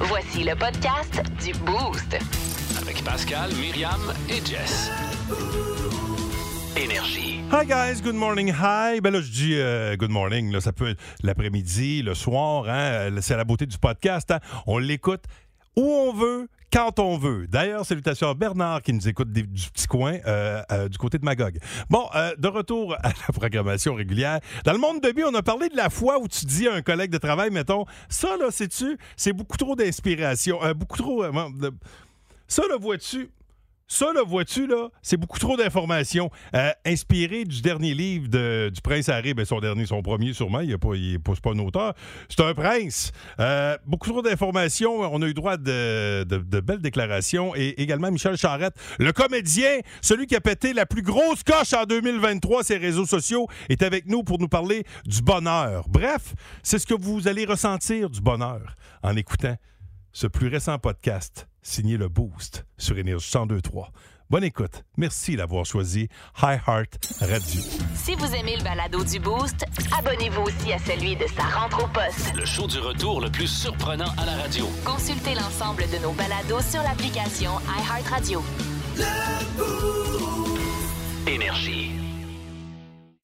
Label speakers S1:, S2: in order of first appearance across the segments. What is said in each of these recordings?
S1: Voici le podcast du Boost.
S2: Avec Pascal, Myriam et Jess. Énergie.
S3: Hi guys, good morning, hi. Ben là, je dis euh, good morning, là, ça peut être l'après-midi, le soir, hein, euh, c'est la beauté du podcast. hein. On l'écoute où on veut, quand on veut. D'ailleurs, salutations à Bernard qui nous écoute des- du petit coin euh, euh, du côté de Magog. Bon, euh, de retour à la programmation régulière. Dans le monde de bi, on a parlé de la fois où tu dis à un collègue de travail, mettons, ça là, sais-tu, c'est beaucoup trop d'inspiration, euh, beaucoup trop... euh, de- ça le vois-tu, ça, là, vois-tu, là, c'est beaucoup trop d'informations. Euh, inspiré du dernier livre de- du prince Harry, ben, son dernier, son premier sûrement, il n'est pas, il est pas, c'est pas un auteur, c'est un prince. Euh, beaucoup trop d'informations, on a eu droit à de, de- de belles déclarations. Et également Michel Charette, le comédien, celui qui a pété la plus grosse coche en 2023, ses réseaux sociaux, est avec nous pour nous parler du bonheur. Bref, c'est ce que vous allez ressentir du bonheur en écoutant ce plus récent podcast, signé Le Boost sur Énergie 102.3. Bonne écoute. Merci d'avoir choisi High Heart Radio.
S1: Si vous aimez le balado du Boost, abonnez-vous aussi à celui de sa rentre au poste.
S2: Le show du retour le plus surprenant à la radio.
S1: Consultez l'ensemble de nos balados sur l'application iHeartRadio.
S2: Énergie.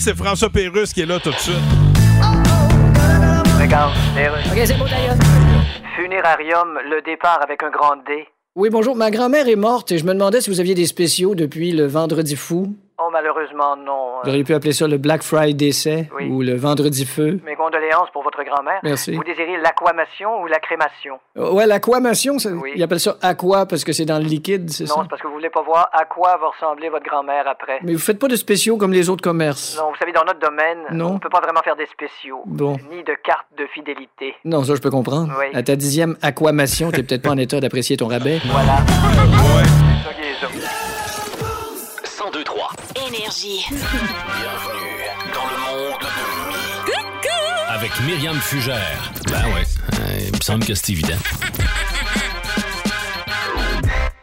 S3: C'est François Pérusse qui est là tout de suite.
S4: Regarde, Funérarium, le départ avec un grand D.
S5: Oui, bonjour. Ma grand-mère est morte et je me demandais si vous aviez des spéciaux depuis le Vendredi fou.
S4: Oh, malheureusement, non.
S5: Vous auriez pu appeler ça le Black Friday décès
S4: Oui.
S5: ou le Vendredi feu.
S4: Mes condoléances pour votre grand-mère.
S5: Merci.
S4: Vous désirez l'aquamation ou la crémation?
S5: Euh, Ouais, l'aquamation, ça,
S4: Oui.
S5: ils appellent ça aqua parce que c'est dans le liquide, c'est
S4: Non,
S5: ça?
S4: c'est parce que vous voulez pas voir à quoi va ressembler votre grand-mère après.
S5: Mais vous faites pas de spéciaux comme les autres commerces.
S4: Non, vous savez, dans notre domaine,
S5: Non.
S4: on peut pas vraiment faire des spéciaux.
S5: Bon.
S4: Ni de carte de fidélité.
S5: Non, ça, je peux comprendre.
S4: Oui.
S5: À ta dixième aquamation, t'es peut-être pas en état d'apprécier ton rabais.
S4: Voilà. C'est ça qui est ça.
S2: 1023.
S1: Énergie.
S2: Bienvenue dans le monde de Coucou! Avec Myriam Fugère. Ben ouais, il me semble que c'est évident.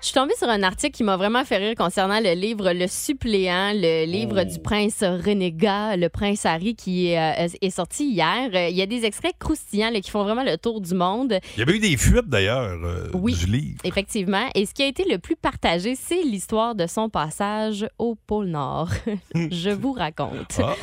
S6: Je suis tombée sur un article qui m'a vraiment fait rire concernant le livre Le suppléant, le livre
S2: Oh.
S6: du prince renégat, le prince Harry, qui euh, est sorti hier. Euh, Il y a des extraits croustillants là, qui font vraiment le tour du monde,
S3: Il y avait eu des fuites d'ailleurs euh,
S6: Oui.
S3: du livre.
S6: effectivement. Et ce qui a été le plus partagé, c'est l'histoire de son passage au pôle Nord. Je vous raconte.
S3: Ah,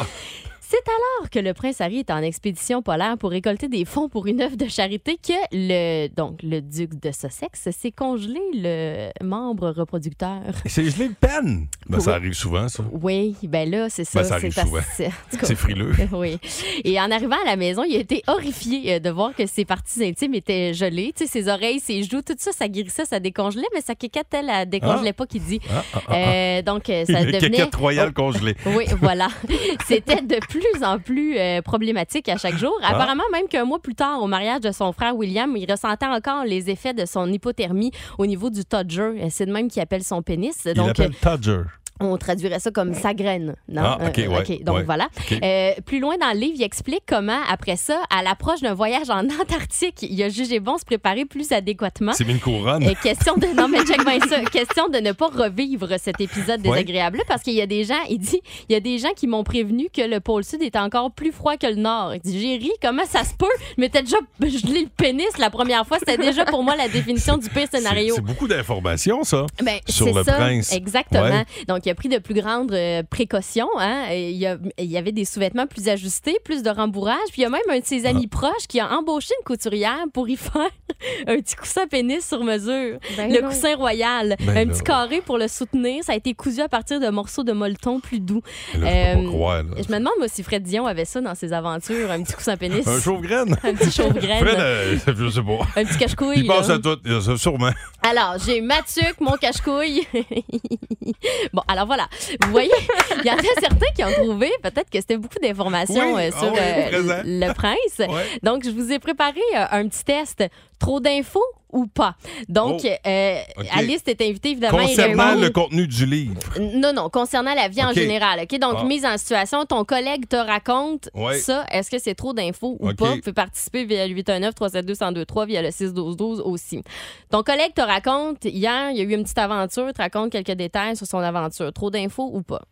S6: C'est alors que le prince Harry est en expédition polaire pour récolter des fonds pour une œuvre de charité que le, donc, le duc de Sussex s'est congelé le membre reproducteur.
S3: c'est gelé de peine. Ben, Ça arrive souvent, ça.
S6: Oui, ben là, c'est ça.
S3: Ben, ça arrive
S6: assez-
S3: souvent.
S6: c'est- en tout cas,
S3: C'est frileux.
S6: oui. Et en arrivant à la maison, il a été horrifié euh, de voir que ses parties intimes étaient gelées. Tu sais, ses oreilles, ses joues, tout ça, ça guérissait, ça décongelait, mais sa quéquette, elle, elle décongelait pas, qu'il dit.
S3: Ah, ah, ah, ah.
S6: Euh, donc, euh, ça
S3: Une
S6: devenait... Oh.
S3: quéquette royale congelée.
S6: Oui, voilà. C'était de plus en plus euh, problématique à chaque jour.
S3: Ah.
S6: Apparemment, même qu'un mois plus tard, au mariage de son frère William, il ressentait encore les effets de son hypothermie au niveau du Todger. Euh, C'est de même qu'il appelle son pénis.
S3: Il
S6: Donc, euh,
S3: l'appelle Todger.
S6: on traduirait ça comme sa graine. Non? Euh,
S3: Ah, ok, ouais,
S6: donc
S3: ouais.
S6: voilà.
S3: OK.
S6: Euh, plus loin dans le livre, il explique comment, après ça, à l'approche d'un voyage en Antarctique, il a jugé bon se préparer plus adéquatement.
S3: C'est mis une couronne.
S6: Euh, question de non mais check bien ça. question de ne pas revivre cet épisode
S3: Ouais.
S6: désagréable là, parce qu'il y a des gens il dit il y a des gens qui m'ont prévenu que le pôle sud est encore plus froid que le nord il dit j'ai ri comment ça se peut mais t'as déjà gelé le pénis la première fois c'était déjà pour moi la définition du pire
S3: C'est-
S6: scénario
S3: C'est beaucoup d'informations, ça.
S6: ben,
S3: Sur
S6: c'est
S3: le
S6: ça,
S3: prince.
S6: Exactement.
S3: Ouais.
S6: Donc, il a pris de plus grandes euh, précautions. hein. Et Il, y a- il y avait des sous-vêtements plus ajustés, plus de rembourrage. Puis, il y a même un de ses amis
S3: Ah.
S6: proches qui a embauché une couturière pour y faire un petit coussin pénis sur mesure. le coussin royal.
S3: Ben
S6: un
S3: là.
S6: petit carré pour le soutenir. Ça a été cousu à partir de morceaux de molleton plus doux.
S3: Là, je peux
S6: Euh,
S3: pas croire. là.
S6: Et je me demande, moi, si Fred Dion avait ça dans ses aventures, un petit coussin pénis.
S3: Un chauve-graine.
S6: Un petit chauve-graine.
S3: Fred, euh, je sais pas.
S6: Un petit cache-couille.
S3: Il passe
S6: là.
S3: à tout, euh, sûrement.
S6: Alors, j'ai Mathieu, mon cache-couille. bon, alors voilà. Vous voyez, il y en a certains qui ont trouvé peut-être que c'était beaucoup d'informations
S3: Oui,
S6: euh,
S3: ah
S6: sur
S3: oui,
S6: euh,
S3: présent.
S6: le prince.
S3: Ouais.
S6: Donc, je vous ai préparé euh, un petit test. Trop d'infos ou pas? Donc,
S3: Oh,
S6: euh,
S3: ok.
S6: Alice est invitée, évidemment. à y
S3: Concernant
S6: répondre.
S3: le contenu du livre.
S6: Non, non, concernant la vie en
S3: Ok.
S6: général. OK, donc,
S3: Ah.
S6: mise en situation, ton collègue te raconte
S3: Ouais.
S6: ça. Est-ce que c'est trop d'infos ou
S3: Ok.
S6: pas? Vous pouvez participer via le 819-372-1023, via le 612-12 aussi. Ton collègue te raconte, hier, il y a eu une petite aventure, te raconte quelques détails sur son aventure. Trop d'infos ou pas?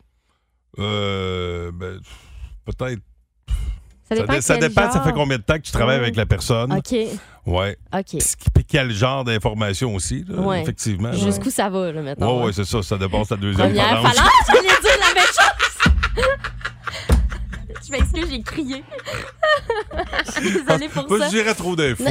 S3: Euh, ben, peut-être.
S6: Ça dépend.
S3: dé- ça
S6: quel
S3: dépend, ça fait
S6: genre.
S3: combien de temps que tu travailles
S6: Ouais.
S3: avec la personne.
S6: OK,
S3: Ouais.
S6: OK.
S3: Puis ce qui- puis quel genre d'information aussi, là,
S6: Ouais.
S3: effectivement.
S6: Jusqu'où ça va, là, maintenant?
S3: Oui, oui, c'est ça, ça dépasse la deuxième
S6: Première
S3: phalange.
S6: phalange, j'allais dire la même chose! Je m'excuse, j'ai crié. Désolée pour
S3: Ah, Moi,
S6: ça.
S3: je dirais trop d'infos.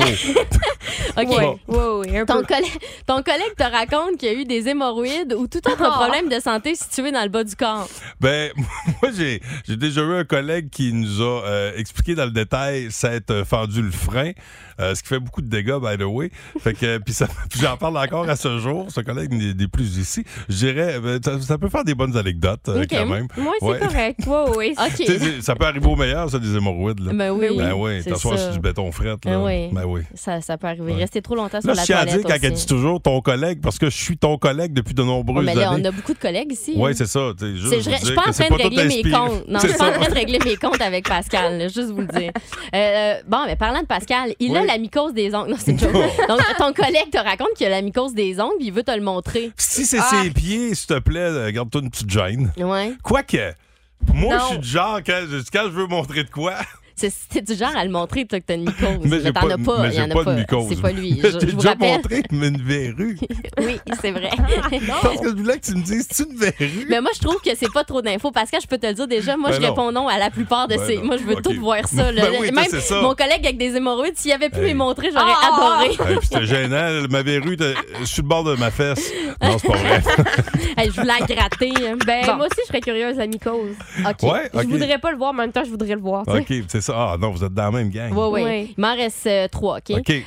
S6: OK.
S3: Bon.
S7: Oui, oui, un
S6: Ton,
S7: peu.
S6: collègue, ton collègue te raconte qu'il y a eu des hémorroïdes ou tout autre problème de santé situé dans le bas du corps.
S3: ben, moi, j'ai j'ai déjà eu un collègue qui nous a euh, expliqué dans le détail s'être fendu le frein, euh, ce qui fait beaucoup de dégâts, by the way. Fait que, puis ça- puis j'en parle encore à ce jour, ce collègue n'est n'est plus ici. Je dirais, ben, ça, ça peut faire des bonnes anecdotes euh,
S6: OK.
S3: quand même.
S7: Moi, c'est
S3: Ouais.
S7: correct. Oui, oui.
S6: OK.
S3: Tu sais, c'est- ça peut arriver au meilleur, ça, des hémorroïdes. Là.
S6: Ben oui.
S3: Ben oui,
S6: c'est
S3: t'assois
S6: ça.
S3: sur du béton fret. Là.
S6: Ben oui.
S3: Ben oui.
S6: Ça, ça peut arriver.
S3: Ouais.
S6: Rester trop longtemps sur
S3: Là,
S6: la
S3: je tiens à
S6: toilette
S3: dire quand elle
S6: aussi.
S3: dit toujours ton collègue, parce que je suis ton collègue depuis de
S6: Oh,
S3: nombreuses
S6: mais là, on
S3: années.
S6: a beaucoup de collègues ici.
S3: Oui,
S6: hein.
S3: c'est ça. t'sais, juste
S6: C'est-
S3: vous
S6: Je ne suis
S3: dire
S6: pas en
S3: que c'est
S6: train de
S3: tout
S6: régler mes
S3: inspiré.
S6: comptes. Non, je
S3: C'est
S6: suis pas en
S3: ça.
S6: train de régler mes comptes avec Pascal, là, juste vous le dire. Euh, bon, mais parlant de Pascal, il a
S3: Oui.
S6: la mycose des ongles. Non, c'est une joke. Donc, ton collègue te raconte qu'il a la mycose des ongles puis il veut te le montrer.
S3: Si c'est
S6: Ah.
S3: ses pieds, s'il te plaît, euh, garde-toi une petite gêne.
S6: Ouais.
S3: Quoique, moi,
S6: Non.
S3: je suis du genre, quand je, quand je veux montrer de quoi,
S6: C'est c'est du genre à le montrer, toi, que t'as une mycose.
S3: Mais
S6: Mais,
S3: j'ai
S6: t'en
S3: pas-
S6: as pas.
S3: mais
S6: il
S3: j'ai
S6: y en a
S3: pas de
S6: pas.
S3: mycose.
S6: C'est pas lui.
S3: je
S6: Je,
S3: t'ai
S6: je vous
S3: déjà
S6: rappelle.
S3: montré une verrue.
S6: Oui, c'est vrai.
S3: Parce que je voulais que tu me dises, c'est une verrue.
S6: Mais moi, je trouve que c'est pas trop d'infos. Pascal, je peux te le dire déjà. Moi,
S3: Ben
S6: je
S3: non.
S6: réponds non à la plupart de
S3: Ben
S6: ces.
S3: non.
S6: Moi, je veux
S3: Ok.
S6: tout voir ça. là.
S3: Ben oui, toi,
S6: Même
S3: c'est ça.
S6: mon collègue avec des hémorroïdes, s'il avait pu
S3: Hey.
S6: les montrer, j'aurais
S7: Ah!
S6: adoré.
S3: Euh, puis c'était gênant, ma verrue était sur le bord de ma fesse. Non, c'est pas vrai.
S6: Hey, je voulais la gratter. hein.
S7: Ben,
S6: Bon,
S7: moi aussi, je serais curieuse de la mycose.
S6: OK.
S3: Ouais,
S7: Je
S3: ok.
S7: voudrais pas le voir, mais en même temps, je voudrais le voir. tu sais.
S3: Ok, c'est ça. Ah non, vous êtes dans la même gang.
S6: Ouais, ouais.
S7: Ouais.
S6: Il m'en reste euh, trois, OK?
S3: Ok, vas-y.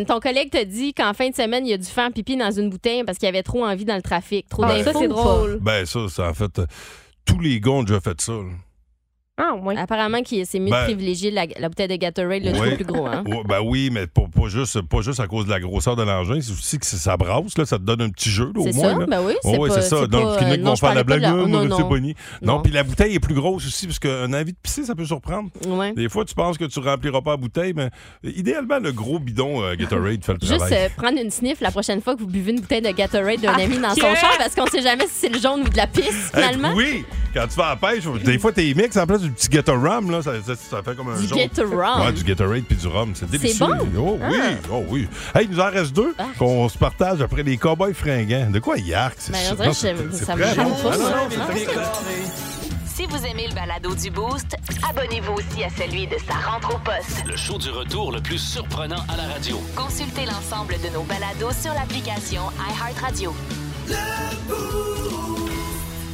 S6: Euh, ton collègue te dit qu'en fin de semaine, il a dû faire pipi dans une bouteille parce qu'il avait trop envie dans le trafic. Trop
S7: Ah,
S6: d'infos.
S7: ça, c'est
S6: ou pas?
S7: drôle.
S3: Ben ça, ça en fait, euh, tous les gars ont déjà fait ça. là.
S7: Ah, ouais.
S6: Apparemment qu'il s'est mieux
S3: Ben-
S6: de privilégier la, la bouteille de Gatorade, le
S3: Ouais.
S6: truc le plus gros. Hein?
S3: Ouais, ben oui, mais pas, pas juste, pas juste à cause de la grosseur de l'engin, c'est aussi que ça brasse, là, ça te donne un petit jeu, là, au
S6: C'est
S3: moins.
S6: ça?
S3: là.
S6: Ben oui, c'est
S3: Ouais, ouais,
S6: pas...
S3: c'est ça.
S6: c'est
S3: Donc,
S6: pas,
S3: il y en a
S6: euh,
S3: qui
S6: non,
S3: vont
S6: je
S3: faire la
S6: parlais pas
S3: blague. Non,
S6: de Non,
S3: non, c'est
S6: non.
S3: bonnie. Non,
S6: Non.
S3: puis la bouteille est plus grosse aussi, parce qu'un avis de pisser, ça peut surprendre.
S6: Ouais.
S3: Des fois, tu penses que tu rempliras pas la bouteille, mais idéalement, le gros bidon euh, Gatorade fait le
S6: Juste
S3: travail.
S6: euh, prendre une sniff la prochaine fois que vous buvez une bouteille de Gatorade d'un ami dans son
S7: que-
S6: char parce qu'on sait jamais si c'est le jaune ou de la pisse,
S3: Hey,
S6: finalement.
S3: oui, quand tu vas à la pêche, des fois, t'es mix en place du petit Gatorade, là, ça, ça- ça fait comme un
S6: Du
S3: jaune.
S6: Gatorade.
S3: Ouais, du Gatorade puis du rhum, c'est délicieux.
S6: bon? Ah.
S3: Oh oui, oh oui. Hey, il nous en reste deux qu'on se partage après les cowboys fringants. De quoi yark, c'est
S6: Ben, on
S3: ça?
S6: dirait
S3: Non,
S6: que
S3: c'est-
S6: j'aime-
S3: c'est
S6: ça me
S3: très
S6: parle
S3: bon.
S6: pas,
S3: Ah, non,
S6: ça.
S3: non, mais-
S1: Si vous aimez le balado du Boost, abonnez-vous aussi à celui de sa rentre au poste.
S2: Le show du retour le plus surprenant à la radio.
S1: Consultez l'ensemble de nos balados sur l'application iHeartRadio.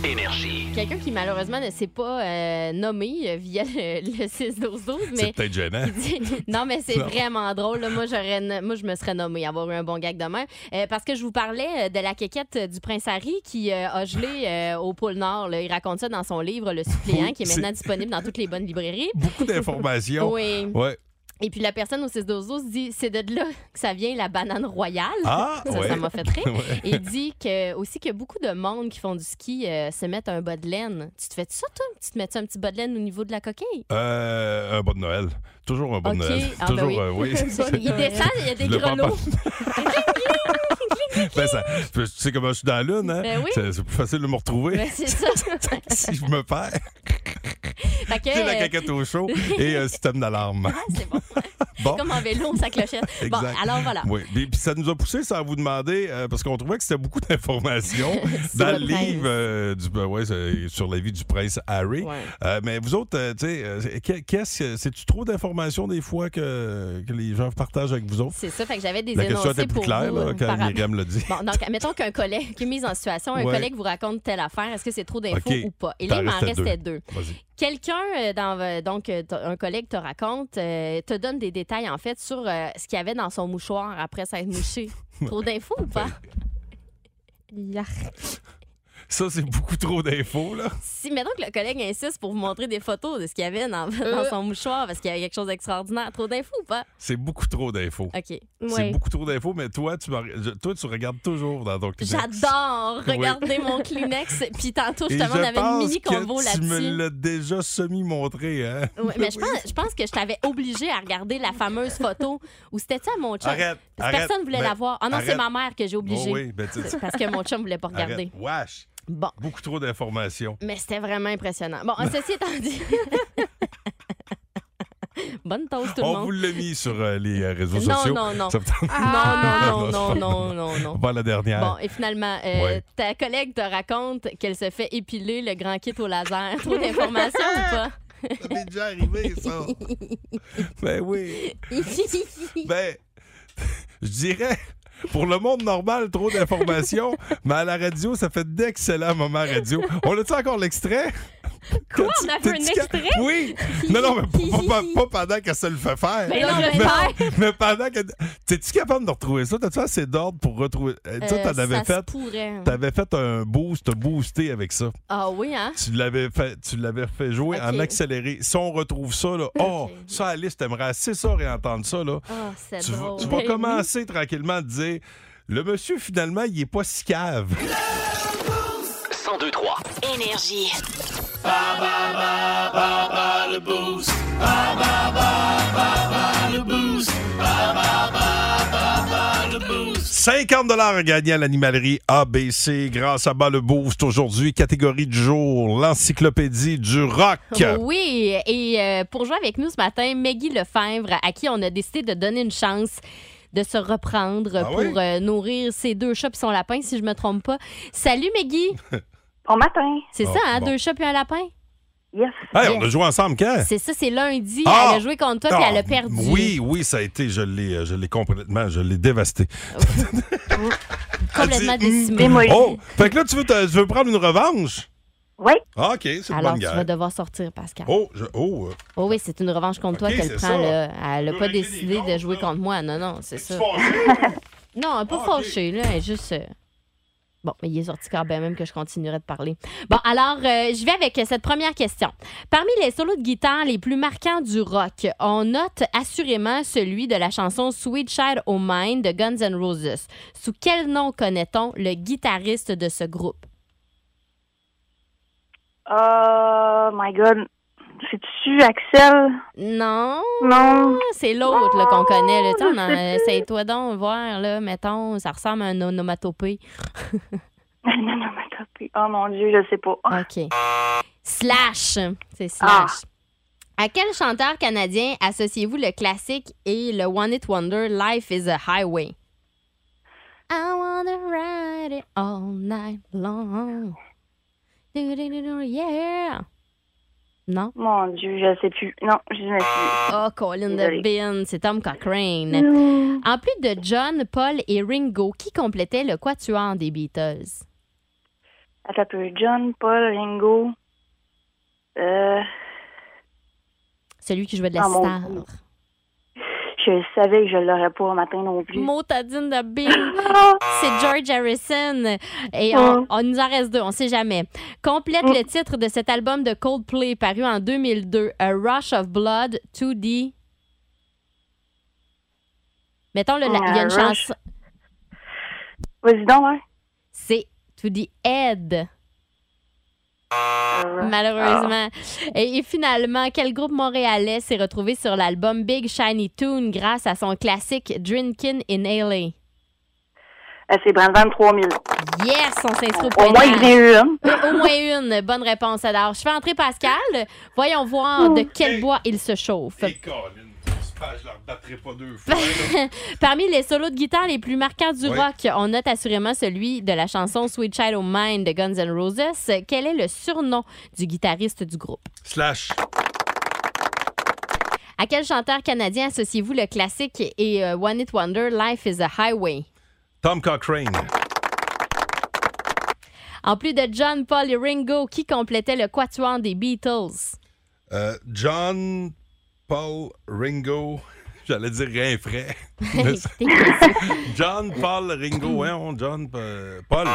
S2: Énergie.
S6: Quelqu'un qui malheureusement ne s'est pas euh, nommé euh, via le, le 6 12 12
S3: C'est
S6: mais
S3: peut-être gênant.
S6: qui dit- non, mais c'est
S3: Non.
S6: vraiment drôle. là. Moi, j'aurais, n- moi, je me serais nommée avoir eu un bon gag demain. parce que je vous parlais euh, de la quéquette euh, du prince Harry qui euh, a gelé euh, au pôle Nord. là. Il raconte ça dans son livre, Le Suppléant, qui est
S3: C'est-
S6: maintenant disponible dans toutes les bonnes librairies.
S3: Beaucoup d'informations.
S6: Oui.
S3: Ouais.
S6: Et puis la personne au 6-12-12 dit c'est de là que ça vient la banane royale.
S3: Ah,
S6: ça,
S3: ouais.
S6: ça m'a fait rire.
S3: Ouais.
S6: Et dit que, aussi que beaucoup de monde qui font du ski euh, se mettent un bas de laine. Tu te fais ça, toi? Tu te mets un petit bas de laine au niveau de la coquille?
S3: Euh, un bon de Noël. Toujours un bon de
S6: OK.
S3: Noël.
S6: Ah, ben
S3: Toujours,
S6: oui.
S3: euh,
S6: Il descend, il y a des
S3: Le papa.
S6: grelots.
S3: Ben, ça- tu sais comment je suis dans la lune, hein?
S6: Ben oui.
S3: C'est c'est plus facile de me retrouver
S6: Ben, c'est ça. fait
S3: si je me perds.
S6: que,
S3: C'est la
S6: euh,
S3: caquette au chaud et un système d'alarme.
S6: ah, c'est bon.
S3: Bon.
S6: Comme en vélo, on s'acclochette. Bon,
S3: Exact.
S6: alors voilà.
S3: Oui, et puis ça nous a poussé ça à vous demander, euh, parce qu'on trouvait que c'était beaucoup d'informations
S6: Sur
S3: dans
S6: le
S3: le
S6: prince.
S3: livre euh, du, ben ouais, c'est- sur la vie du prince Harry.
S6: Ouais.
S3: Euh, mais vous autres, euh, tu sais, euh, c'est- qu'est- qu'est-ce que- c'est-tu trop d'informations des fois que, que les gens partagent avec vous autres?
S6: C'est ça, fait que j'avais des
S3: La question
S6: énoncés
S3: était plus
S6: pour
S3: claire
S6: vous,
S3: là,
S6: euh,
S3: quand
S6: par rapport-
S3: Myriam l'a dit.
S6: Bon, donc, admettons qu'un collègue, qui est mise en situation, un
S3: Ouais.
S6: collègue vous raconte telle affaire, est-ce que c'est trop d'infos
S3: OK.
S6: ou pas? Et
S3: T'en
S6: là, il m'en
S3: restait deux.
S6: restait deux.
S3: Vas-y.
S6: Quelqu'un, euh, dans, euh, donc, euh, t- un collègue te raconte, euh, te donne des détails, en fait, sur euh, ce qu'il y avait dans son mouchoir après s'être mouché. Trop d'infos ou pas?
S3: Ben.
S7: Yark.
S3: Ça, c'est beaucoup trop d'infos, là.
S6: Si, mettons que le collègue insiste pour vous montrer des photos de ce qu'il y avait dans, dans son mouchoir parce qu'il y avait quelque chose d'extraordinaire. Trop d'infos ou pas?
S3: C'est beaucoup trop d'infos.
S6: OK.
S3: C'est
S7: Ouais.
S3: beaucoup trop d'infos, mais toi tu, m'en- je- toi, tu regardes toujours dans ton Kleenex.
S6: J'adore
S3: Oui.
S6: regarder mon Kleenex. Puis tantôt,
S3: Et
S6: justement, on
S3: je
S6: avait une
S3: pense
S6: mini combo
S3: que Tu me
S6: là-dessus.
S3: l'as déjà semi-montré, hein?
S6: Ouais, mais je pense, je pense que je t'avais obligé à regarder la fameuse photo où c'était ça mon chum.
S3: Arrête,
S6: Parce que
S3: arrête.
S6: personne ne voulait
S3: Ben,
S6: la voir. Ah non, c'est
S3: arrête.
S6: ma mère que j'ai obligée.
S3: Oh oui, ben, tu-
S6: Parce que mon chum ne voulait pas
S3: Arrête.
S6: regarder.
S3: Wesh,
S6: Bon.
S3: beaucoup trop d'informations.
S6: Mais c'était vraiment impressionnant. Bon, ceci étant dit. Bonne toast, tout le
S3: On vous
S6: monde.
S3: l'a mis sur euh, les euh, réseaux
S6: Non,
S3: sociaux.
S6: non, non.
S3: Ça vous
S7: Ah,
S3: tente-
S6: Non, non, non, non, non, non.
S3: Pas la dernière.
S6: Bon, et finalement, euh,
S3: Ouais.
S6: ta collègue te raconte qu'elle se fait épiler le grand kit au laser. Trop d'informations ou pas?
S3: Ça m'est déjà arrivé, ça. ben oui. Ben, je dirais, pour le monde normal, trop d'informations, mais à la radio, ça fait d'excellents moments radio. On a-tu encore l'extrait?
S6: Quoi,
S3: T'as-tu-
S6: on a fait un
S3: t'as-tu ca-
S6: extrait?
S3: Oui! Non, non, mais pas, pas- pas- pas pendant qu'elle se le fait faire.
S6: Ben non, mais
S3: mais, mais pendant que. T'es-tu capable de retrouver ça? T'as-tu assez d'ordre pour retrouver. Euh, toi,
S6: Euh,
S3: t'en avais
S6: ça se
S3: fait.
S6: pourrait.
S3: T'avais fait un boost, boosté avec ça.
S6: Ah oui, hein?
S3: Tu l'avais fait, tu l'avais fait jouer
S6: Ok.
S3: en accéléré. Si on retrouve ça, là, oh,
S6: Ok.
S3: ça, Alice, t'aimerais assez ça réentendre ça, là.
S6: Ah, c'est
S3: Tu, vas-
S6: drôle.
S3: tu vas
S6: Ben
S3: commencer tranquillement à te dire, le monsieur, finalement, il est pas si cave.
S2: 1023.
S1: Énergie.
S2: Boost.
S3: 50 dollars à gagner à l'animalerie ABC grâce à Bas le Boost aujourd'hui. Catégorie du jour, l'encyclopédie du rock.
S6: Oh Oui, et euh, pour jouer avec nous ce matin, Maggie Lefebvre, à qui on a décidé de donner une chance de se reprendre
S3: Ah
S6: pour
S3: oui?
S6: euh, nourrir ses deux chats et son lapin, si je me trompe pas. Salut Maggie!
S8: Bon matin.
S6: C'est
S3: Ah,
S6: ça, hein,
S3: bon.
S6: deux chats et un lapin?
S8: Yes.
S3: Hey, on a joué ensemble quand?
S6: C'est ça, c'est lundi.
S3: Ah!
S6: Elle a joué contre toi puis
S3: Ah,
S6: elle a perdu.
S3: Oui, oui, ça a été, je l'ai, euh, je l'ai complètement, je l'ai dévasté.
S6: Complètement
S3: Elle dit,
S6: décimée.
S8: Démolie.
S3: Oh, fait que là, tu veux, te- tu veux prendre une revanche?
S8: Oui.
S3: Ah, OK, c'est une
S6: Alors,
S3: bonne
S6: tu
S3: guerre.
S6: vas devoir sortir, Pascal.
S3: Oh, je- oh, euh,
S6: Oh oui, c'est une revanche contre
S3: Ok,
S6: toi qu'elle
S3: c'est
S6: prend.
S3: ça.
S6: là. Elle n'a
S3: Faut
S6: pas
S3: régler les
S6: décidé de
S3: comptes,
S6: jouer
S3: là.
S6: contre moi. Non, non, c'est ça.
S3: fâché?
S6: Non, elle est pas
S3: Ah, ok.
S6: fâchée, là. Elle est juste. euh, Bon, mais il est sorti quand bien même que je continuerai de parler. Bon, alors, euh, je vais avec euh, cette première question. Parmi les solos de guitare les plus marquants du rock, on note assurément celui de la chanson Sweet Child O' Mine de Guns N' Roses. Sous quel nom connaît-on le guitariste de ce groupe?
S8: Oh my God. C'est-tu Axel?
S6: Non,
S8: Non.
S6: c'est l'autre là, qu'on connaît. Là. Tu sais, on en-
S8: Ah, Je sais plus.
S6: c'est toi donc, voir, là, mettons, ça ressemble à un onomatopée.
S8: Non, non, non, ma copie. Oh mon Dieu, je sais pas.
S6: OK. Slash. C'est slash.
S8: Ah.
S6: À quel chanteur canadien associez-vous le classique et le One It Wonder Life is a Highway? I wanna ride it all night long. Do-do-do-do, yeah. Non?
S8: Mon Dieu, je sais plus. Non, je ne sais
S6: Oh, Colin the
S8: Désolée.
S6: Bean, c'est Tom Cochrane.
S8: plus.
S6: En plus de John, Paul et Ringo, qui complétait le quatuor des Beatles?
S8: Attends un peu. John, Paul, Ringo. Euh,
S6: Celui qui jouait de la
S8: Ah, mon
S6: star.
S8: Dieu. je savais que je l'aurais pas au matin non plus.
S6: Motadine de Bean.
S8: Ah!
S6: C'est George Harrison. Et on,
S8: Oh.
S6: on nous en reste deux, on sait jamais. Complète
S8: Mm.
S6: le titre de cet album de Coldplay paru en 2002, A Rush of Blood 2D. Mettons, le, la- il y a une
S8: Ah, Rush.
S6: chanson.
S8: Vas-y donc, hein.
S6: C'est 2D Head,
S9: Ah.
S8: Euh,
S6: malheureusement. Et, et finalement, quel groupe montréalais s'est retrouvé sur l'album Big Shiny Tune grâce à son classique Drinkin' in LA?
S8: euh, c'est Brandon 3000.
S6: Yes, on s'inscrit au
S8: Au moins, je
S6: pénal.
S8: l'ai eu, hein.
S6: Au moins une bonne réponse. Alors, je fais entrer Pascal. Voyons voir de quel bois il se chauffe.
S3: Et Colin, j'espère que je la rebattrai pas deux fois.
S6: Parmi les solos de guitare les plus marquants du
S3: Oui.
S6: rock, on note assurément celui de la chanson Sweet Child O' Mine de Guns N' Roses. Quel est le surnom du guitariste du groupe?
S3: Slash.
S6: À quel chanteur canadien associez-vous le classique et euh, One It Wonder Life is a Highway?
S3: Tom Cochrane.
S6: En plus de John, Paul et Ringo, qui complétait le quatuor des Beatles?
S3: Euh, John Paul Ringo. J'allais dire rien frais. Mais c'est- John Paul Ringo, hein, on- John euh, Paul.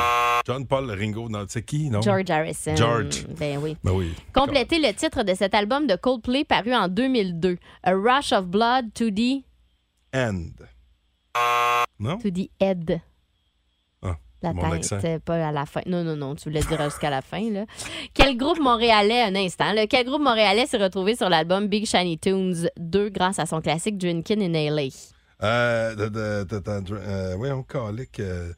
S3: John Paul Ringo, non, c'est qui, non?
S6: George Harrison.
S3: George.
S6: Ben oui.
S3: Ben oui.
S6: Complétez le titre de cet album de Coldplay paru en 2002, A Rush of Blood to the,
S3: And. Non?
S6: to the Head.
S3: Ah,
S6: La
S3: mon
S6: tête,
S3: accent.
S6: euh, pas à la fin. Non, non, non, tu voulais dire jusqu'à la fin. Là. Quel groupe montréalais, un instant, là, quel groupe montréalais s'est retrouvé sur l'album Big Shiny Tunes 2 grâce à son classique Drinkin' in LA?
S3: Euh, de, de, de- de- euh, voyons, calique, euh,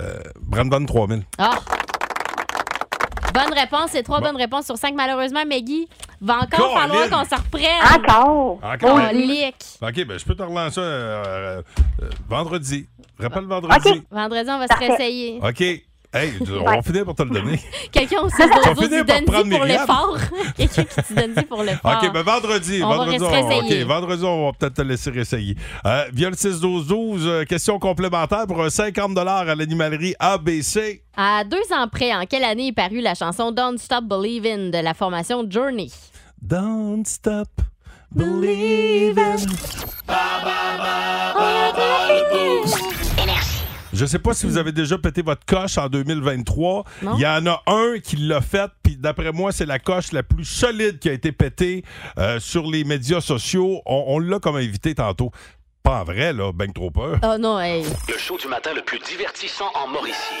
S3: euh, Brandon 3000.
S6: Ah! Bonne réponse, c'est trois
S3: Bon.
S6: bonnes réponses sur cinq. Malheureusement, Maggie, va encore
S3: Colin.
S6: falloir qu'on se reprenne.
S8: Encore!
S6: Oh,
S3: Encore.
S6: Colique.
S3: Ah, OK, ben je peux te relancer euh, euh, vendredi. Rappelle
S6: Ah.
S3: vendredi.
S8: OK.
S6: Vendredi, on va se réessayer.
S3: OK. Hey, on va finir par te le donner.
S6: Quelqu'un au 6
S3: vas
S6: 12
S3: finir
S6: qui
S3: par
S6: donne
S3: prendre
S6: pour
S3: Myriam.
S6: l'effort. Quelqu'un qui te donne pour l'effort.
S3: OK, ben vendredi.
S6: Ah. On va
S3: vendredi,
S6: rester
S3: on,
S6: essayé.
S3: ok, vendredi, on va peut-être te laisser essayer. Euh, via le 6-12-12, euh, question complémentaire pour un 50 à l'animalerie ABC.
S6: À deux ans près, en quelle année est parue la chanson Don't Stop Believin' de la formation Journey?
S3: Don't stop believing. Je sais pas si vous avez déjà pété votre coche en 2023.
S6: Non.
S3: Il y en a un qui l'a fait, puis d'après moi, c'est la coche la plus solide qui a été pétée euh, sur les médias sociaux. On, on l'a comme invité tantôt. Pas en vrai, là, ben trop peur.
S6: Oh non, hey.
S2: Le show du matin le plus divertissant en Mauricie.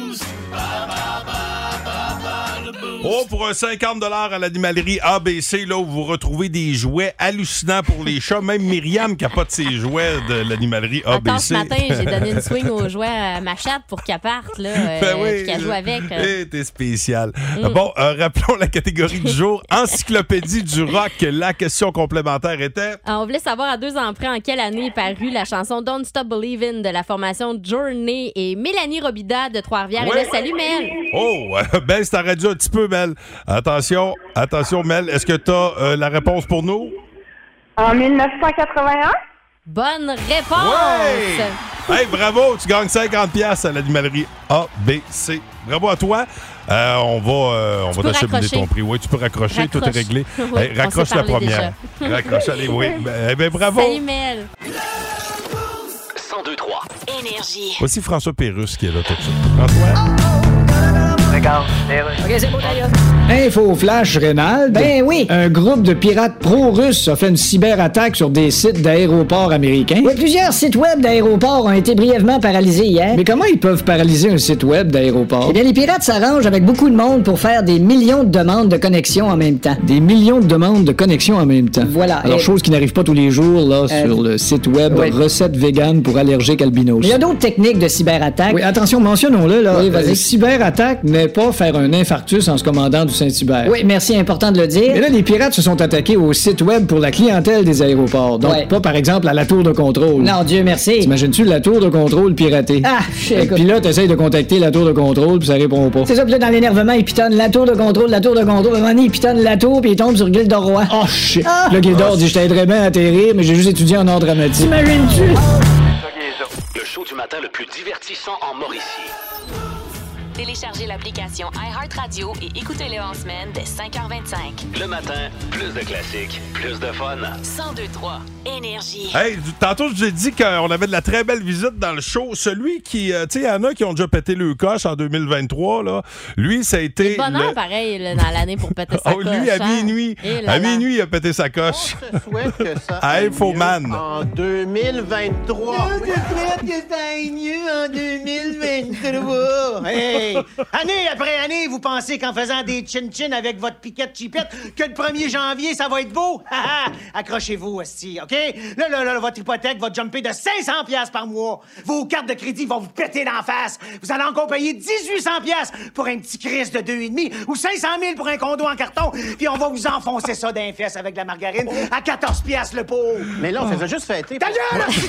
S3: Oh, pour un 50 à l'animalerie ABC, là où vous retrouvez des jouets hallucinants pour les chats. Même Myriam capote ses jouets de l'animalerie
S6: Attends, ce
S3: ABC.
S6: matin, j'ai donné une swing aux jouets à ma chatte pour qu'elle parte, là, euh,
S3: Ben oui.
S6: puis qu'elle joue avec. Mm. euh.
S3: Eh, t'es spécial. Bon, euh, rappelons la catégorie du jour. Encyclopédie du rock. La question complémentaire était...
S6: Ah, on voulait savoir à deux ans près en quelle année est parue la chanson Don't Stop Believin' de la formation Journey et Mélanie Robida de Trois-Rivières.
S3: Ouais.
S6: Elle le salue, mais elle.
S3: Oh, baisse ta radio un petit peu, Mel. Attention, attention, Mel. Est-ce que t'as euh, la réponse pour nous?
S8: En 1981?
S6: Bonne réponse!
S3: Ouais! Hey, bravo! Tu gagnes 50 pièces à l'animalerie ABC. Bravo à toi. Euh, on va, euh, on
S6: peux
S3: va t'acheminer
S6: raccrocher.
S3: ton prix. Oui, tu peux raccrocher, tout est
S6: Raccroche.
S3: réglé.
S6: Oui,
S3: Hey,
S6: on
S3: raccroche
S6: s'est
S3: la
S6: parlé
S3: première. raccroche, allez, oui. Ben, eh ben, bravo.
S6: Salut, Mel.
S2: 1023.
S1: Énergie.
S3: Voici François Pérusse qui est là tout de suite. François?
S4: Regarde, les Russes.
S5: OK, c'est bon, d'ailleurs. Info flash rénal. Ben oui. Un groupe de pirates pro-russes a fait une cyberattaque sur des sites d'aéroports américains. Oui, plusieurs sites web d'aéroports ont été brièvement paralysés hier. Mais comment ils peuvent paralyser un site web d'aéroport? Eh bien, les pirates s'arrangent avec beaucoup de monde pour faire des millions de demandes de connexion en même temps. Des millions de demandes de connexion en même temps. Voilà. Euh, Alors, chose qui n'arrive pas tous les jours, là, sur le site web Recettes vegan pour allergiques albinos. Il y a d'autres techniques de cyberattaque. Oui, attention, mentionnons-le, là. Oui, vas-y. cyberattaque n'est pas faire un infarctus en se commandant du Saint-Hubert. Oui, merci, important de le dire. Mais là, les pirates se sont attaqués au site web pour la clientèle des aéroports. Donc, pas, par exemple, à la tour de contrôle. Non, Dieu merci. T'imagines-tu la tour de contrôle piratée? Ah, Puis là, t'essayes de contacter la tour de contrôle, puis ça répond pas. C'est ça, puis là, dans l'énervement, ils pitonnent la tour de contrôle, la tour de contrôle. À un moment donné, ils pitonnent la tour, puis ils tombent sur Gildor-Roi. Oh, shit. Le Là, Gildor dit, je t'aiderais bien à atterrir, mais j'ai juste étudié en art dramatique.
S2: Le show du matin le plus divertissant en Mauricie.
S1: Téléchargez l'application iHeartRadio et écoutez-le en semaine dès 5h25.
S2: Le matin, plus de classiques, plus de fun.
S1: 1023 Énergie.
S3: Hey, du- tantôt, je vous ai dit qu'on avait de la très belle visite dans le show. Celui qui, euh, tu sais, il y en a qui ont déjà pété le coche en 2023, là. Lui, ça a été.
S6: Bonheur,
S3: le-
S6: pareil, là, dans l'année pour péter sa
S3: Oh, lui, à
S6: coche, hein.
S3: minuit.
S6: Eh là
S3: À
S6: là.
S3: minuit, il a pété sa coche.
S10: On se souhaite que ça
S3: À
S10: aille
S3: Infoman.
S10: mieux Ah. En 2023. On se souhaite que ça aille mieux en 2023. Hey! Année après année, vous pensez qu'en faisant des chin-chin avec votre piquette chipette, que le 1er janvier, ça va être beau? Ha, ha! Accrochez-vous aussi, OK? Là, là, là, votre hypothèque va jumper de 500 pièces par mois. Vos cartes de crédit vont vous péter d'en face. Vous allez encore payer 1800 pièces pour un petit Chris de 2,5 ou 500 000 pour un condo en carton, puis on va vous enfoncer ça d'un fesse avec de la margarine à 14 pièces le pot. Mais là, on faisait juste fêter. Ta gueule, tu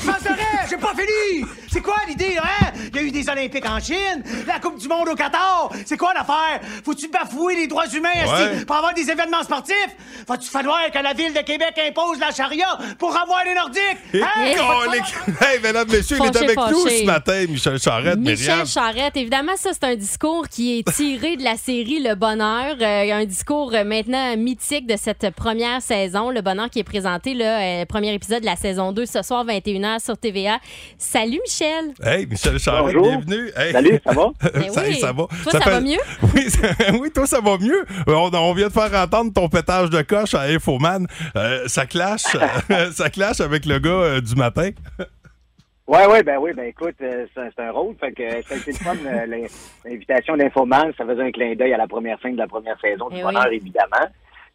S10: J'ai pas fini! C'est quoi l'idée, là, hein? Il y a eu des Olympiques en Chine, la Coupe du Monde au Qatar. C'est quoi l'affaire? Faut-tu bafouer les droits humains,
S3: Ouais.
S10: esti, pour avoir des événements sportifs? Va-tu falloir que la Ville de Québec impose la charia pour avoir les Nordiques? Hein?
S6: Et-
S3: Oh, les... Hey, mesdames, messieurs, il est
S6: Ah, Fâché,
S3: avec nous
S6: fâché.
S3: ce matin, Michel Charette, Myriam.
S6: Michel Charette, évidemment, ça, c'est un discours qui est tiré de la série Le Bonheur. Euh, un discours euh, maintenant mythique de cette première saison. Le Bonheur qui est présenté, là, euh, premier épisode de la saison 2, ce soir, 21h sur TVA. Salut, Michel.
S3: Hey, Michel Charette,
S9: Bonjour.
S3: bienvenue. Hey.
S9: Salut, ça va?
S6: Ben
S3: Ça,
S6: oui.
S3: ça va.
S6: Toi, ça,
S3: fait-
S6: va mieux?
S3: Oui, ça- oui, toi, ça va mieux. Euh, On, on vient de faire entendre ton pétage de coche à Infoman. Euh, ça clash, ça clash avec le gars euh, du matin.
S9: Ouais, ouais, ben oui, ben écoute, euh, c'est un- c'est un rôle. Fait que euh, ça a été le fun, euh, l'in- l'invitation d'Infoman. Ça faisait un clin d'œil à la première scène de la première saison du
S11: Eh
S9: bonheur,
S11: oui.
S9: évidemment.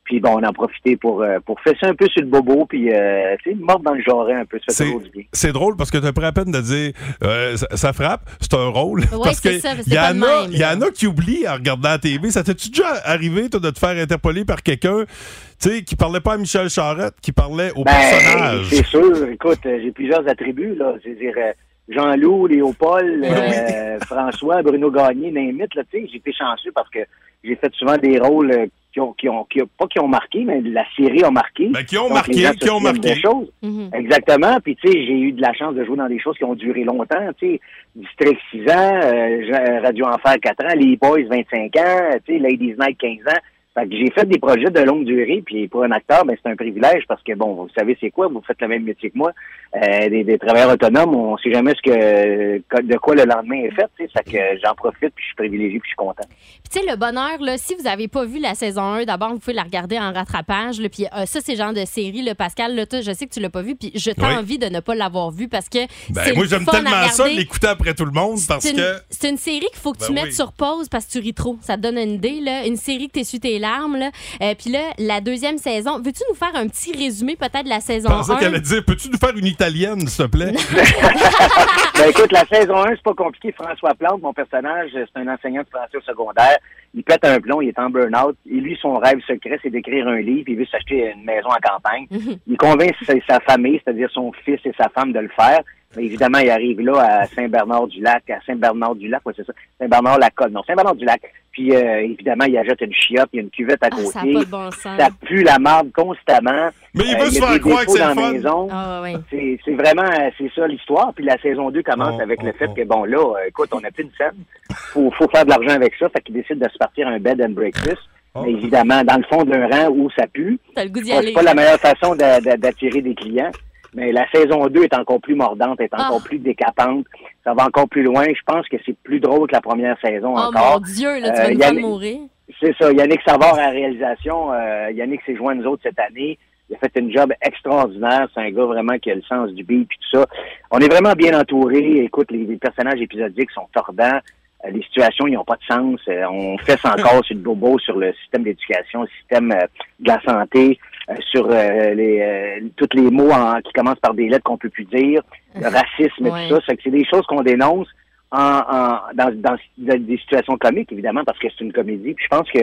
S9: Puis bon, on a profité pour, euh, pour fesser un peu sur le bobo, puis euh, tu sais, mordre dans le jarret un peu, ça fait
S3: C'est-
S9: toujours du bien.
S3: C'est drôle parce que tu pris à peine de dire euh, ça, ça frappe, c'est un rôle.
S9: Ouais,
S3: parce
S9: c'est
S3: que
S9: ça, parce
S3: y,
S9: que c'est pas
S3: en
S9: le
S3: a-
S9: même,
S3: y en a qui oublient en regardant la TV. Ça t'es-tu déjà arrivé, toi, de te faire interpeller par quelqu'un tu sais, qui parlait pas à Michel Charette, qui parlait au
S9: Ben,
S3: personnage?
S9: C'est sûr, écoute, euh, j'ai plusieurs attributs, là. C'est-à-dire euh, Jean-Loup, Léopold, euh, François, Bruno Gagné, Némit, là, tu sais, j'ai été chanceux parce que j'ai fait souvent des rôles euh, qui ont, qui ont, qui ont- pas qui ont marqué, mais la série a marqué.
S3: Ben, qui ont
S9: Donc,
S3: marqué,
S9: les gens se
S3: qui ont
S9: souviennent
S3: marqué.
S9: Des choses.
S6: Mhm.
S9: Exactement. Puis, tu sais, j'ai eu de la chance de jouer dans des choses qui ont duré longtemps. Tu sais, District 6 ans, euh, Je- Radio Enfer 4 ans, Les Boys 25 ans, tu sais, Ladies Night 15 ans. Fait que j'ai fait des projets de longue durée, puis pour un acteur, ben, c'est un privilège parce que, bon, vous savez c'est quoi, vous faites le même métier que moi. Euh, des, des travailleurs autonomes, on sait jamais ce que de quoi le lendemain est fait, tu sais. Fait que j'en profite, puis je suis privilégié, puis je suis content.
S6: Puis tu sais, le bonheur, là, si vous n'avez pas vu la saison 1, d'abord, vous pouvez la regarder en rattrapage. là, Puis euh, ça, c'est le genre de série, le Pascal, là, toi, je sais que tu l'as pas vu, puis je t'ai
S3: Oui.
S6: envie de ne pas l'avoir vu parce que c'est
S3: Ben, moi,
S6: le
S3: j'aime
S6: fun à
S3: tellement ça,
S6: regarder.
S3: l'écouter après tout le monde, parce
S6: C'est une-
S3: que.
S6: C'est une série qu'il faut que tu
S3: Ben
S6: mettes
S3: oui.
S6: sur pause parce que tu ris trop. Ça te donne une idée, là. Une série que t'es su tes larmes, là. Euh, Puis là, la deuxième saison, veux-tu nous faire un petit résumé peut-être de la
S3: Je
S6: saison
S3: pensais
S6: 1?
S3: qu'elle allait dire Peux-tu nous faire une italienne, s'il te plaît?
S9: Ben écoute, la saison 1, c'est pas compliqué. François Plante, mon personnage, euh, c'est un enseignant de français au secondaire. Il pète un plomb, il est en burn-out. Et lui, son rêve secret, c'est d'écrire un livre. Il veut s'acheter une maison en campagne.
S6: Mhm.
S9: Il convainc sa, sa famille, c'est-à-dire son fils et sa femme, de le faire. Mais évidemment, il arrive là à Saint-Bernard-du-Lac, à Saint-Bernard-du-Lac, ouais, c'est ça. Saint-Bernard-la-Côte, non, Saint-Bernard-du-Lac. Puis, euh, évidemment, il achète une chiotte, il y a une cuvette à
S6: Ah,
S9: côté.
S6: ça n'a pas de bon sens.
S9: Ça pue la marde constamment. Euh,
S6: Mais il veut
S9: y a
S6: se faire
S9: des
S6: croire que
S9: défauts
S6: c'est le
S9: dans la
S6: fun.
S9: maison.
S6: Ah, ouais, ouais.
S9: C'est c'est vraiment euh, c'est ça l'histoire. Puis la saison 2 commence avec le fait que, bon, là, euh, écoute, on n'a plus de scène. Faut, faut faire de l'argent avec ça. Fait qu'ils décident de se partir un bed and breakfast. Mais évidemment, dans le fond d'un rang où ça pue.
S6: T'as le goût d'y
S9: Bon,
S6: aller.
S9: C'est pas la meilleure façon d'a- d'a- d'attirer des clients. Mais la saison 2 est encore plus mordante, est encore
S6: Ah.
S9: plus décapante. Ça va encore plus loin. Je pense que c'est plus drôle que la première saison
S6: Oh
S9: encore.
S6: mon Dieu, là, tu
S9: Euh,
S6: vas nous
S9: Yannick-
S6: faire mourir.
S9: C'est ça. Yannick Savard à la réalisation. Euh, Yannick s'est joint à nous autres cette année. Il a fait une job extraordinaire. C'est un gars vraiment qui a le sens du beat puis tout ça. On est vraiment bien entouré. Écoute, les, les personnages épisodiques sont tordants. Euh, les situations, ils n'ont pas de sens. Euh, on fesse encore sur le bobo, sur le système d'éducation, le système euh, de la santé, euh, sur euh, les, euh, tous les mots en- qui commencent par des lettres qu'on peut plus dire, le racisme et
S11: Ouais.
S9: tout ça. Ça fait que C'est des choses qu'on dénonce en, en- dans, dans- dans des situations comiques, évidemment, parce que c'est une comédie. Puis je pense que